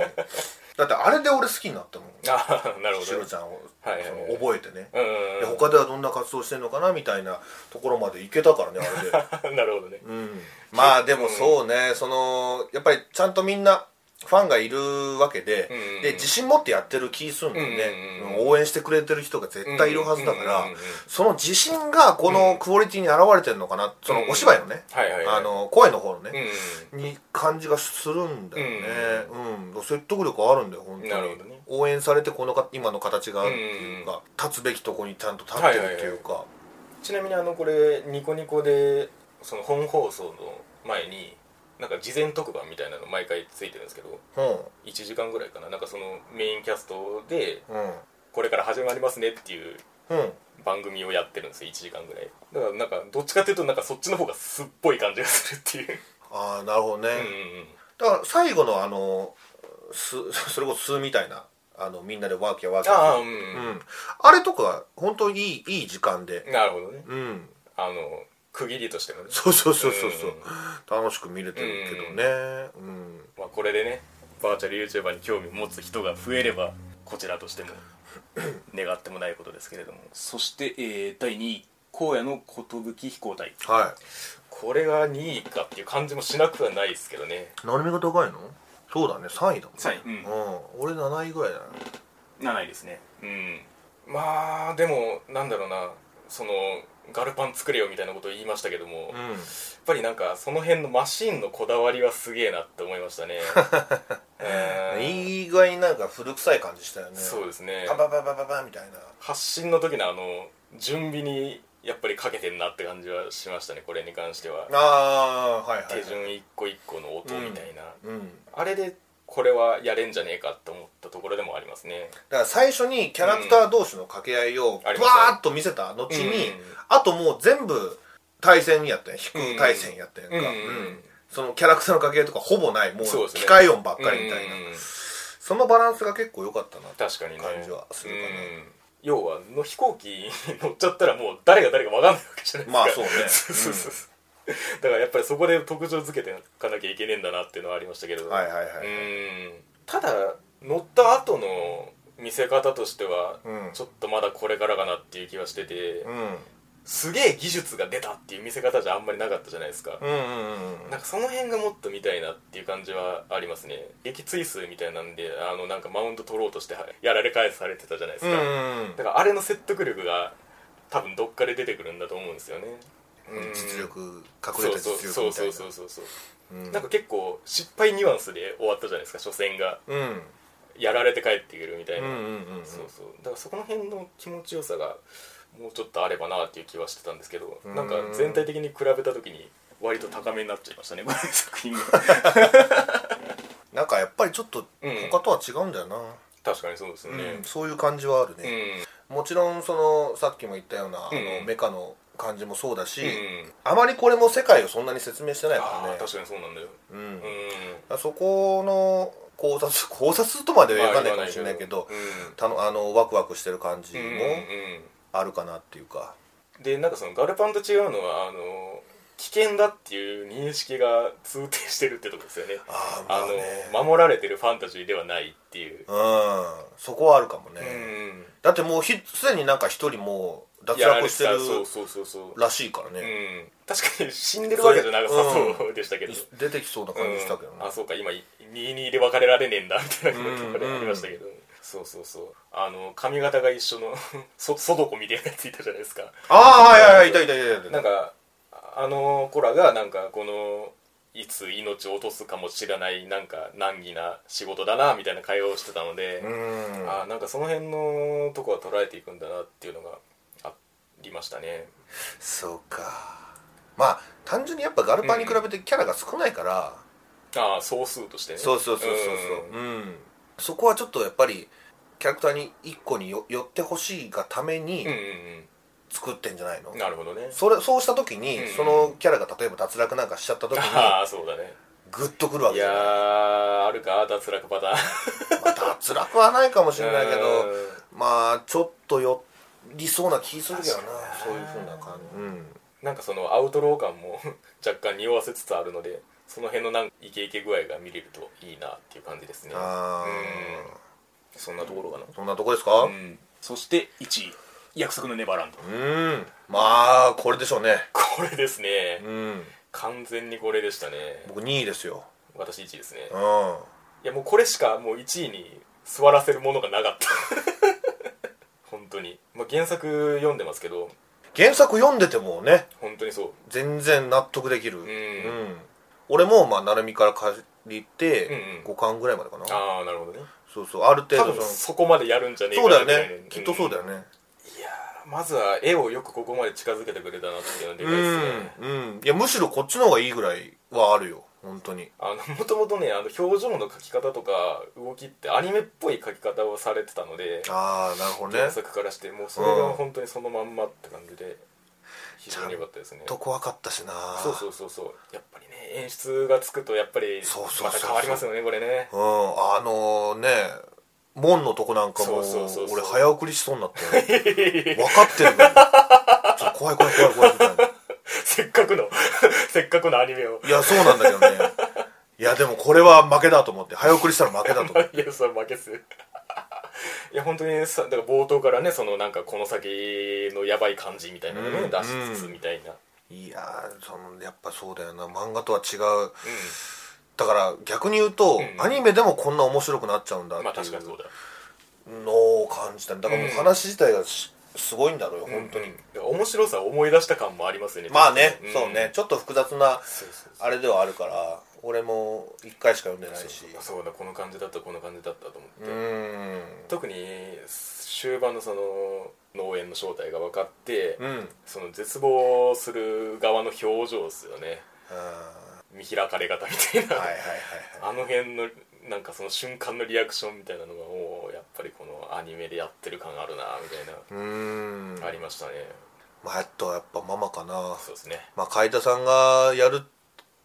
Speaker 2: だってあれで俺好きになったもん
Speaker 1: ないああなるほど
Speaker 2: シロちゃんを、
Speaker 1: はいはいはい
Speaker 2: その覚えてね、
Speaker 1: うんうん
Speaker 2: で他ではどんな活動してんのかなみたいなところまで行けたからねあれで、
Speaker 1: うん *laughs* なるほどね
Speaker 2: うん、まあでもそうねそのやっぱりちゃんとみんなファンがいるわけで、
Speaker 1: うんうん
Speaker 2: で自信持ってやってる気すんのね、
Speaker 1: うんうんうん
Speaker 2: うん応援してくれてる人が絶対いるはずだか
Speaker 1: うんうん
Speaker 2: ら、
Speaker 1: うんうん
Speaker 2: その自信がこのクオリティに表れてるのかなそのお芝居のね、
Speaker 1: はいはい、はい、
Speaker 2: あの声の方のね、
Speaker 1: う
Speaker 2: に感じがするんだよね、うん説得力あるんだよ本当に
Speaker 1: なるほどね
Speaker 2: 応援されてこのか今の形があるっていうか、立つべきとこにちゃんと立ってるっていうか、
Speaker 1: ん、ちなみにあのこれニコニコでその本放送の前になんか事前特番みたいなの毎回ついてるんですけど1時間ぐらいかななんかそのメインキャストで
Speaker 2: うんうん
Speaker 1: これから始まりますねっていう
Speaker 2: うん
Speaker 1: 番組をやってるんですよ1時間ぐらいだからなんかどっちかっていうとなんかそっちの方がすっぽい感じがするっていう
Speaker 2: ああなるほどね、
Speaker 1: うんうんうん
Speaker 2: だから最後のあのす *laughs* それこそ「す」みたいなあのみんなでワーキャーワーキャ
Speaker 1: ああ
Speaker 2: ー
Speaker 1: うんう、
Speaker 2: うんん、あれとか本当にいいいい時間で
Speaker 1: なるほどね
Speaker 2: うん
Speaker 1: あの区切りとしてのね
Speaker 2: そうそうそうそうそう、
Speaker 1: うん
Speaker 2: 楽しく見れてるけどねうん
Speaker 1: まあ、これでねバーチャル YouTuber に興味を持つ人が増えればこちらとしても願ってもないことですけれども
Speaker 3: そして、えー第2位荒野の寿飛行隊
Speaker 2: は
Speaker 1: これが2位かっていう感じもしなくはないですけどね
Speaker 2: い何目が高いのそうだね3位だもんね
Speaker 3: 3位、うん
Speaker 2: うん、俺7位ぐらいだな
Speaker 3: 7位ですね
Speaker 1: うんまあでもなんだろうなそのガルパン作れよみたいなことを言いましたけども、やっ
Speaker 2: うん
Speaker 1: ぱりなんかその辺のマシンのこだわりはすげえなって思いましたね、えー
Speaker 2: *laughs* いい具合になんか古臭い感じしたよね
Speaker 1: そうですね
Speaker 2: パパパパパパみたいな
Speaker 1: 発信の時のあの準備にやっぱりかけてんなって感じはしましたねこれに関しては
Speaker 2: ああーはいはい
Speaker 1: 手順一個一個の音みたいな、
Speaker 2: うん
Speaker 1: あれでこれはやれんじゃねえかって思ったところでもありますね
Speaker 2: だから最初にキャラクター同士の掛け合いを
Speaker 1: あり
Speaker 2: ブ
Speaker 1: ま
Speaker 2: ワ
Speaker 1: すね
Speaker 2: ーッと見せた後に、
Speaker 1: うん
Speaker 2: あともう全部対戦やったやん低対戦やったやんか、
Speaker 1: うん
Speaker 2: そのキャラクターの掛け合いとかほぼないも
Speaker 1: そうで
Speaker 2: う
Speaker 1: すね
Speaker 2: 機械音ばっかりみたいな、
Speaker 1: うんうんうん
Speaker 2: そのバランスが結構良かったなって
Speaker 1: 確かにね
Speaker 2: 感じはするかな
Speaker 1: うん要はの飛行機に乗っちゃったらもう誰が誰か分かんないわけじゃないですか
Speaker 2: まあそうね
Speaker 1: *laughs* そうそうそうだからやっぱりそこで特徴づけていかなきゃいけねえんだなっていうのはありましたけど、
Speaker 2: はいはいはい、
Speaker 1: うんただ乗った後の見せ方としては、
Speaker 2: うん
Speaker 1: ちょっとまだこれからかなっていう気はしてて、
Speaker 2: うん、うん
Speaker 1: すげえ技術が出たっていう見せ方じゃあんまりなかったじゃないですか、
Speaker 2: うんうんうん
Speaker 1: なんかその辺がもっと見たいなっていう感じはありますね撃墜数みたいなんであのなんかマウント取ろうとしてはやられ返されてたじゃないです
Speaker 2: うんう
Speaker 1: か、
Speaker 2: んうん
Speaker 1: だからあれの説得力が多分どっかで出てくるんだと思うんですよねうん
Speaker 2: 実力
Speaker 1: そ
Speaker 2: 隠れ
Speaker 1: う
Speaker 2: た
Speaker 1: そう
Speaker 2: 実力
Speaker 1: そう
Speaker 2: みたい
Speaker 1: そう
Speaker 2: な
Speaker 1: そうそうそう
Speaker 2: うん
Speaker 1: なんか結構失敗ニュアンスで終わったじゃないですか初戦が
Speaker 2: うん
Speaker 1: やられて帰ってくるみたい
Speaker 2: うんう
Speaker 1: な、
Speaker 2: んうんうん
Speaker 1: そうそうだからそこの辺の気持ちよさがもうちょっとあればなっていう気はしてたんですけど
Speaker 2: うん
Speaker 1: なんか全体的に比べた時に割と高めになっちゃいましたねこの作品が
Speaker 2: なんかやっぱりちょっと
Speaker 1: うん
Speaker 2: 他とは違うんだよな、
Speaker 1: 確かにそうですよ
Speaker 2: うん
Speaker 1: ね
Speaker 2: そういう感じはあるね、
Speaker 1: うん、
Speaker 2: もちろんそのさっきも言ったような、
Speaker 1: うん
Speaker 2: あのメカの感じもそうだし、
Speaker 1: うん
Speaker 2: あまりこれも世界をそんなに説明してないか
Speaker 1: あ
Speaker 2: ら
Speaker 1: あ
Speaker 2: ね
Speaker 1: 確かにそうなんだよ
Speaker 2: う
Speaker 1: うんん、
Speaker 2: だからそこの考察 *laughs* 考察とまでは言わない
Speaker 1: ま
Speaker 2: か
Speaker 1: あ言わ
Speaker 2: もしれないけど、
Speaker 1: うん
Speaker 2: たのあのワクワクしてる感じも
Speaker 1: うんうん
Speaker 2: あるかなっていうか、
Speaker 1: うんでなんかそのガルパンと違うのはあの危険だっていう認識が通底してるってとこですよね
Speaker 2: あーま
Speaker 1: あ
Speaker 2: あね
Speaker 1: の守られてるファンタジーではないっていう
Speaker 2: うんそこはあるかもね、
Speaker 1: うん
Speaker 2: だってもうひすでになんか一人もう脱
Speaker 1: やられ
Speaker 2: 落
Speaker 1: て
Speaker 2: してる
Speaker 1: たそうそうそうそう
Speaker 2: らしいから
Speaker 1: う
Speaker 2: ね、
Speaker 1: ん確かに死んでるわけじゃなさそうでしたけど、
Speaker 2: 出てきそうな感じしたけどね、
Speaker 1: うんあそうか今22で別れられねえんだみたいな
Speaker 2: うん
Speaker 1: ところがありましたけど、そうそうそうあの髪型が一緒のそそどこみたいなやついたじゃないですか
Speaker 2: ああはいはいはいいたいたいたいた
Speaker 1: なんかあの子らがなんかこのいつ命を落とすかもしれないなんか難儀な仕事だなみたいな会話をしてたので、
Speaker 2: うん
Speaker 1: あなんかその辺のとこは捉えていくんだなっていうのがありましたね
Speaker 2: そうかまあ単純にやっぱガルパンに比べてキャラが少ないから、
Speaker 1: ああ総数としてね
Speaker 2: そうそうそうそうそううん、そこはちょっとやっぱりキャラクターに一個によ寄ってほしいがために
Speaker 1: うんうん
Speaker 2: 作ってんじゃないの、
Speaker 1: うんなるほどね
Speaker 2: それそうした時に、
Speaker 1: うん
Speaker 2: そのキャラが例えば脱落なんかしちゃった時に
Speaker 1: *laughs* ああそうだね
Speaker 2: グッとくるわ
Speaker 1: い
Speaker 2: けじ
Speaker 1: や
Speaker 2: ゃない
Speaker 1: ーあるか脱落パターン
Speaker 2: まあ脱落はないかもしれないけ
Speaker 1: う
Speaker 2: ど
Speaker 1: ん
Speaker 2: まあちょっと寄りそうな気するけどな
Speaker 1: 確か
Speaker 2: そう
Speaker 1: に
Speaker 2: いう
Speaker 1: な
Speaker 2: ふうな感じ、うん、
Speaker 1: なんかそのアウトロー感も *laughs* 若干匂わせつつあるのでその辺のなんかイケイケ具合が見れるといいなっていう感じですね
Speaker 2: あ
Speaker 1: うんそんなところかな
Speaker 2: ーそんなとこですか
Speaker 1: うん
Speaker 3: そして1位約束のネバーランド
Speaker 2: うんまあこれでしょうね
Speaker 1: これですね
Speaker 2: うん
Speaker 1: 完全にこれでしたね
Speaker 2: 僕2位ですよ
Speaker 1: 私1位ですね
Speaker 2: うんあ
Speaker 1: いやもうこれしかもう1位に座らせるものがなかった *laughs* 本当にまあ原作読んでますけど
Speaker 2: 原作読んでてもね
Speaker 1: 本当にそう
Speaker 2: 全然納得できる、うん俺もまあ成美から借り
Speaker 1: うん
Speaker 2: て
Speaker 1: うん
Speaker 2: 5巻ぐらいまでかな、
Speaker 1: ああなるほどね
Speaker 2: そうそうある程
Speaker 1: 多
Speaker 2: 度そ
Speaker 1: 分
Speaker 2: の
Speaker 1: そこまでやるんじゃねえ
Speaker 2: そうだよ
Speaker 1: みたいな
Speaker 2: ねきっとそうだよね、
Speaker 1: いやーまずは絵をよくここまで近づけてくれたなっていうのはでかいですね
Speaker 2: うん、うん、いやむしろこっちの方がいいぐらいはあるよ本当に
Speaker 1: あのもともとねあの表情の描き方とか動きってアニメっぽい描き方をされてたので
Speaker 2: ああなるほどね
Speaker 1: 原作からしてもうそれが本当にそのまんまって感じで非常に良かったですね
Speaker 2: と怖かったしな
Speaker 1: そうそうそうそうやっぱりね演出がつくとやっぱり
Speaker 2: そうそうそうそう
Speaker 1: また変わりますよねこれね *laughs*
Speaker 2: うんあのね門のとこなんか
Speaker 1: そ
Speaker 2: も
Speaker 1: うそうそうそう
Speaker 2: 俺早送りしそうになって分かってるのに *laughs* ちょっと怖い怖い怖い怖いみたいな
Speaker 1: せっかくの *laughs* せっかくのアニメを
Speaker 2: いやそうなんだけどねいやでもこれは負けだと思って早送りしたら負けだと思って
Speaker 1: いやそれ負けっすいや本当にさだから冒頭からねそのなんかこの先のやばい感じみたいなのをね、
Speaker 2: うん
Speaker 1: 出しつつみたいな、
Speaker 2: いやーそのやっぱそうだよな漫画とは違うだから逆に言うと、
Speaker 1: うん
Speaker 2: アニメでもこんな面白くなっちゃうんだ
Speaker 1: う
Speaker 2: っ
Speaker 1: ん、まあ
Speaker 2: てい
Speaker 1: 確かにそう
Speaker 2: う
Speaker 1: だ
Speaker 2: のを感じただからもう話自体がしすごいんだろうよ本当に、
Speaker 1: うんだから面白さを思い出した感もありますよね
Speaker 2: まあね、
Speaker 1: ん
Speaker 2: そうねちょっと複雑な
Speaker 1: そうそうそう
Speaker 2: あれではあるから俺も1回しか読んでないし
Speaker 1: そうだこの感じだったこの感じだったと思っ
Speaker 2: う
Speaker 1: て、
Speaker 2: ーん
Speaker 1: 特に終盤のその農園の正体が分かって、
Speaker 2: うん
Speaker 1: その絶望する側の表情ですよね
Speaker 2: あ
Speaker 1: 見開かれ方みたいな、
Speaker 2: ーはいはいはい
Speaker 1: あの辺のなんかその瞬間のリアクションみたいなのがもうやっぱりこのアニメでやってる感があるなみたいな、
Speaker 2: う
Speaker 1: *laughs*
Speaker 2: ーん
Speaker 1: ありましたね
Speaker 2: まああとはやっぱママかな
Speaker 1: そうですね
Speaker 2: まあ海田さんがやるっ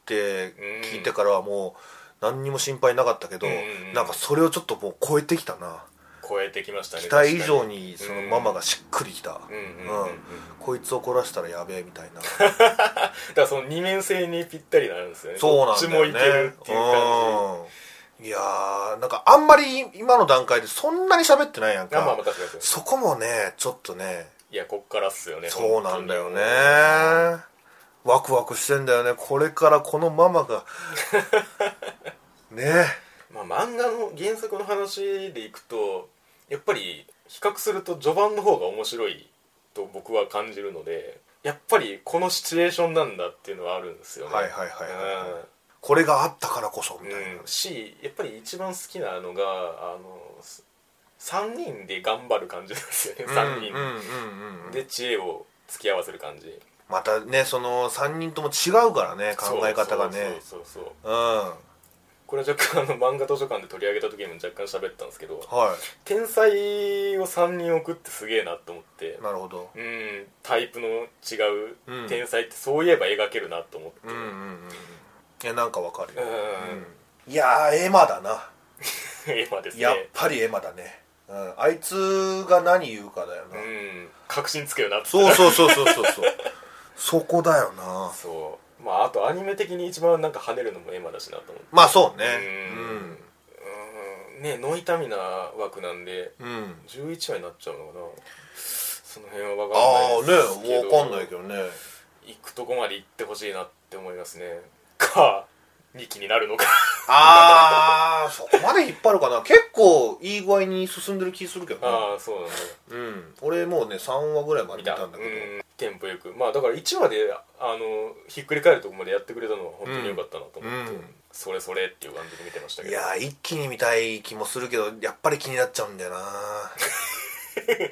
Speaker 2: て聞いてからはもう何にも心配なかったけど、
Speaker 1: うん
Speaker 2: なんかそれをちょっともう超えてきたな
Speaker 1: 超えてきましたね
Speaker 2: 期待以上
Speaker 1: に
Speaker 2: にそのママがしっくりきた
Speaker 1: うんうんうんうん、
Speaker 2: うんこいつを凝らしたらやべえみ
Speaker 1: *laughs*
Speaker 2: たいな
Speaker 1: だからその二面性にぴったりなんですよね
Speaker 2: そうなんだよ
Speaker 1: ど
Speaker 2: ね
Speaker 1: っちもいけるっていう感
Speaker 2: うんいやーなんかあんまり今の段階でそんなに喋ってないやん
Speaker 1: じあまあま
Speaker 2: か
Speaker 1: あ確かにそうです
Speaker 2: そこもねちょっとね
Speaker 1: いやこっからっすよね
Speaker 2: そうなんだよね
Speaker 1: 本
Speaker 2: ワクワクしてんだよねこれからこのママ
Speaker 1: *laughs*
Speaker 2: がね
Speaker 1: 当にまあ漫画の原作の話でいくとやっぱり比較すると序盤の方が面白いと僕は感じるのでやっぱりこのシチュエーションなんだっていうのはあるんですよね
Speaker 2: はいはいはいはいはいこれがあったからこそみたいな、
Speaker 1: うん、うん、しやっぱり一番好きなのがあのす3人で頑張る感じなんですよね、3人、
Speaker 2: うんうんうんうん
Speaker 1: で知恵を付き合わせる感じ
Speaker 2: またねその3人とも違うからね考え方がね
Speaker 1: そうそうそうそう
Speaker 2: うんは
Speaker 1: これは若干あの漫画図書館で取り上げた時にも若干喋ったんですけど
Speaker 2: い
Speaker 1: 天才を3人置くってすげえなと思って
Speaker 2: なるほど
Speaker 1: うんタイプの違
Speaker 2: うん
Speaker 1: う天才ってそういえば描けるなと思って、
Speaker 2: うんうんうんいやなんかわかるよ、
Speaker 1: *laughs* う
Speaker 2: いやーエマだな
Speaker 1: うん、今ですね
Speaker 2: やっぱりエマだね、うん、あいつが何言うかだよ
Speaker 1: う
Speaker 2: な、
Speaker 1: ん確信つけよなって
Speaker 2: そうそうそうそうそうそうそこだよな
Speaker 1: そうまああとアニメ的に一番なんか跳ねるのもエマだしなと思って
Speaker 2: まあそうね
Speaker 1: うん
Speaker 2: うん
Speaker 1: うーんねノイタミナ枠なんで
Speaker 2: うん
Speaker 1: 11話になっちゃうのかなその辺は分
Speaker 2: あ
Speaker 1: かんない
Speaker 2: あ
Speaker 1: ですけ
Speaker 2: ね
Speaker 1: ど
Speaker 2: わかんないけどね
Speaker 1: 行くとこまで行ってほしいなって思いますねか2期になるのか
Speaker 2: ああそこまで引っ張るかな結構いい具合に進んでる気するけどね
Speaker 1: ああそうなんだ
Speaker 2: うん俺もうね3話ぐらいまで見たんだけど
Speaker 1: うんテンポよくまあだから1話であのひっくり返るとこまでやってくれたのは本当に良かったなと思って、
Speaker 2: うん
Speaker 1: それそれっていう感じで見てましたけ
Speaker 2: い
Speaker 1: ど
Speaker 2: やー一気に見たい気もするけどやっぱり気になっちゃうんだよな
Speaker 1: 引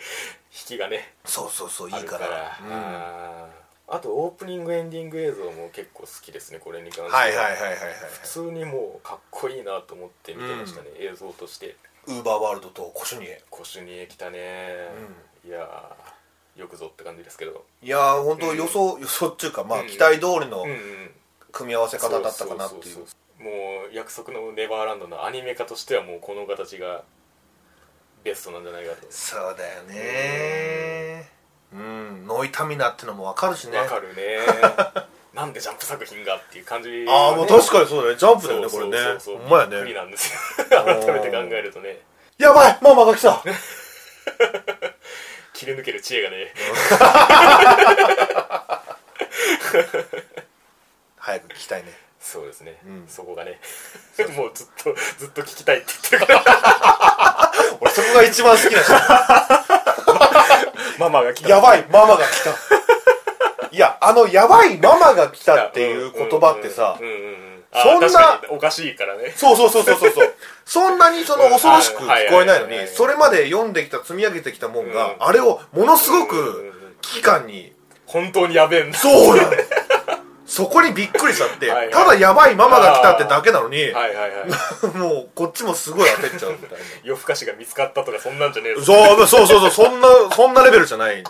Speaker 1: きがね
Speaker 2: そうそうそういい
Speaker 1: ある
Speaker 2: からうん
Speaker 1: あーあとオープニングエンディング映像も結構好きですねこれに関しては
Speaker 2: はいはいはいはいはい
Speaker 1: 普通にもうかっこいいなと思って見てましたね、映像として
Speaker 2: ウーバーワールドとコシュニエ
Speaker 1: コシュニエ来たね、いやーよくぞって感じですけど
Speaker 2: いやー本当予想、予想っていうかまあ
Speaker 1: うん
Speaker 2: 期待通りの
Speaker 1: うんうん
Speaker 2: 組み合わせ方だったかなってい
Speaker 1: そうそそそもう約束のネバーランドのアニメ化としてはもうこの形がベストなんじゃないかと
Speaker 2: そうだよねーうんノイタミナってのもわかるしね
Speaker 1: わかるねなんでジャンプ作品がっていう感じ、ね、
Speaker 2: ああもう確
Speaker 1: に
Speaker 2: かにそうだねジャンプだよねこれねほんまや
Speaker 1: 不利
Speaker 2: ね
Speaker 1: なんですよ
Speaker 2: *laughs*
Speaker 1: 改めて考えるとね
Speaker 2: やばいママが来た
Speaker 1: 切り抜ける知恵がね
Speaker 2: 早く聞きたいね
Speaker 1: そうですね、
Speaker 2: うん
Speaker 1: そこがね *laughs* もうずっとずっと聞きたいって言ってる
Speaker 2: *laughs*
Speaker 1: から
Speaker 2: *laughs* 俺そこが一番好きな
Speaker 1: ママが来た
Speaker 2: *laughs* やばいママが来た *laughs* いやあの「やばいママが来た」っていう言葉ってさ
Speaker 1: うんうんうんうん
Speaker 2: そんな
Speaker 1: あ確かにおかしいからね
Speaker 2: そうそうそうそうそう *laughs* そうそんなにその恐ろしく聞こえないの
Speaker 1: はいはいはいはい
Speaker 2: にそれまで読んできた積み上げてきたもん
Speaker 1: う
Speaker 2: が
Speaker 1: ん
Speaker 2: あれをものすご
Speaker 1: うんうん
Speaker 2: く
Speaker 1: うん
Speaker 2: 危機感に
Speaker 1: 本当にやべえんだ
Speaker 2: そうなのそこにびっくりしちゃって
Speaker 1: はいはい
Speaker 2: ただ「やばいママが来た」ってだけなのに
Speaker 1: はいはいはい
Speaker 2: もうこっちもすごい焦っちゃうみたいな
Speaker 1: 夜更かしが見つかったとかそんなんじゃねえぞ
Speaker 2: そうそうそうそうそんなそんなレベルじゃない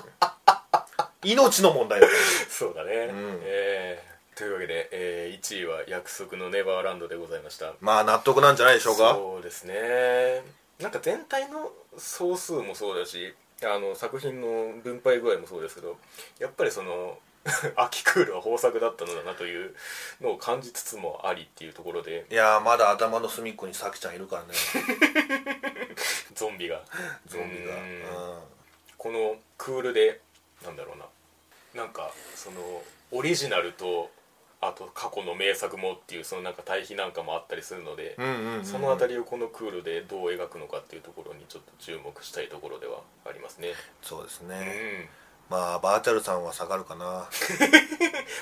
Speaker 2: 命の問題だか
Speaker 1: そうだね、
Speaker 2: ん
Speaker 1: えーというわけで、え1位は「約束のネバーランド」でございました
Speaker 2: まあ納得なんじゃないでしょうか
Speaker 1: そうですねなんか全体の総数もそうだしあの作品の分配具合もそうですけどやっぱりその *laughs* 秋クールは豊作だったのだなというのを感じつつもありっていうところで
Speaker 2: いやーまだ頭の隅っこに咲ちゃんいるからね
Speaker 1: ゾンビが
Speaker 2: ゾンビが
Speaker 1: うん
Speaker 2: うん
Speaker 1: このクールでなんだろうななんかそのオリジナルとあと過去の名作もっていうそのなんか対比なんかもあったりするので、
Speaker 2: うんうんうん
Speaker 1: その辺りをこのクールでどう描くのかっていうところにちょっと注目したいところではありますね、
Speaker 2: そうです
Speaker 1: う
Speaker 2: ね、
Speaker 1: ん、
Speaker 2: まあバーチャルさんは下がるかな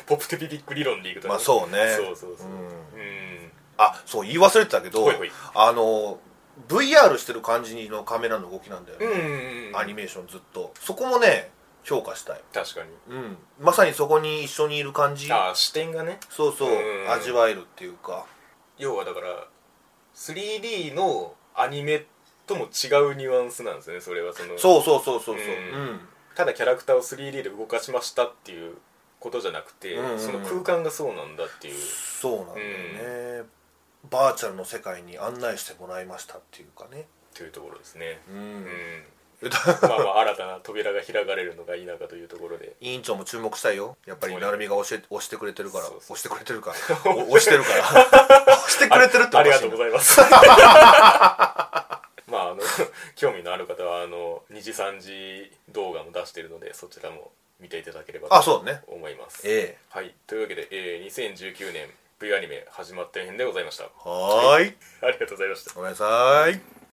Speaker 1: ポプテピピック理論でいくとね
Speaker 2: まあそうね
Speaker 1: そうそうそう
Speaker 2: う
Speaker 1: うんん
Speaker 2: あそう言い忘れてたけど
Speaker 1: ほいほい
Speaker 2: あの VR してる感じのカメラの動きなんだよ
Speaker 1: うん、
Speaker 2: ね、アニメーションずっとそこもね評価したい、
Speaker 1: 確かに
Speaker 2: うん、まさにそこに一緒にいる感じ
Speaker 1: ああ視点がね
Speaker 2: そうそう、
Speaker 1: うん
Speaker 2: 味わえるっていうか
Speaker 1: 要はだから 3D のアニメとも違うニュアンスなんですねそれはその
Speaker 2: そうそうそうそうそう
Speaker 1: う
Speaker 2: うん、
Speaker 1: ただキャラクターを 3D で動かしましたっていうことじゃなくて、
Speaker 2: うんうんうん
Speaker 1: その空間がそうなんだっていう
Speaker 2: そうなんだよね、バーチャルの世界に案内してもらいましたっていうかね
Speaker 1: というところですね
Speaker 2: う
Speaker 1: うん
Speaker 2: ん、
Speaker 1: まあまあ新たな扉が開かれるのが否かというところで
Speaker 2: 委員長も注目したいよやっぱり成美が教えて押してくれてるから
Speaker 1: そうそう
Speaker 2: 押してくれて
Speaker 1: *laughs*
Speaker 2: るかお押してるから押してくれてるって
Speaker 1: あ
Speaker 2: お
Speaker 1: り
Speaker 2: か
Speaker 1: がと
Speaker 2: しいう
Speaker 1: ご
Speaker 2: な
Speaker 1: ざいます *laughs* まああの興味のある方はあの2時3時動画も出してるのでそちらも見ていただければ
Speaker 2: あそうね
Speaker 1: 思います
Speaker 2: ええ
Speaker 1: はいというわけで、えー2019年 V アニメ始まった編でございました
Speaker 2: はーい
Speaker 1: ありがとうございました
Speaker 2: ごめんなさい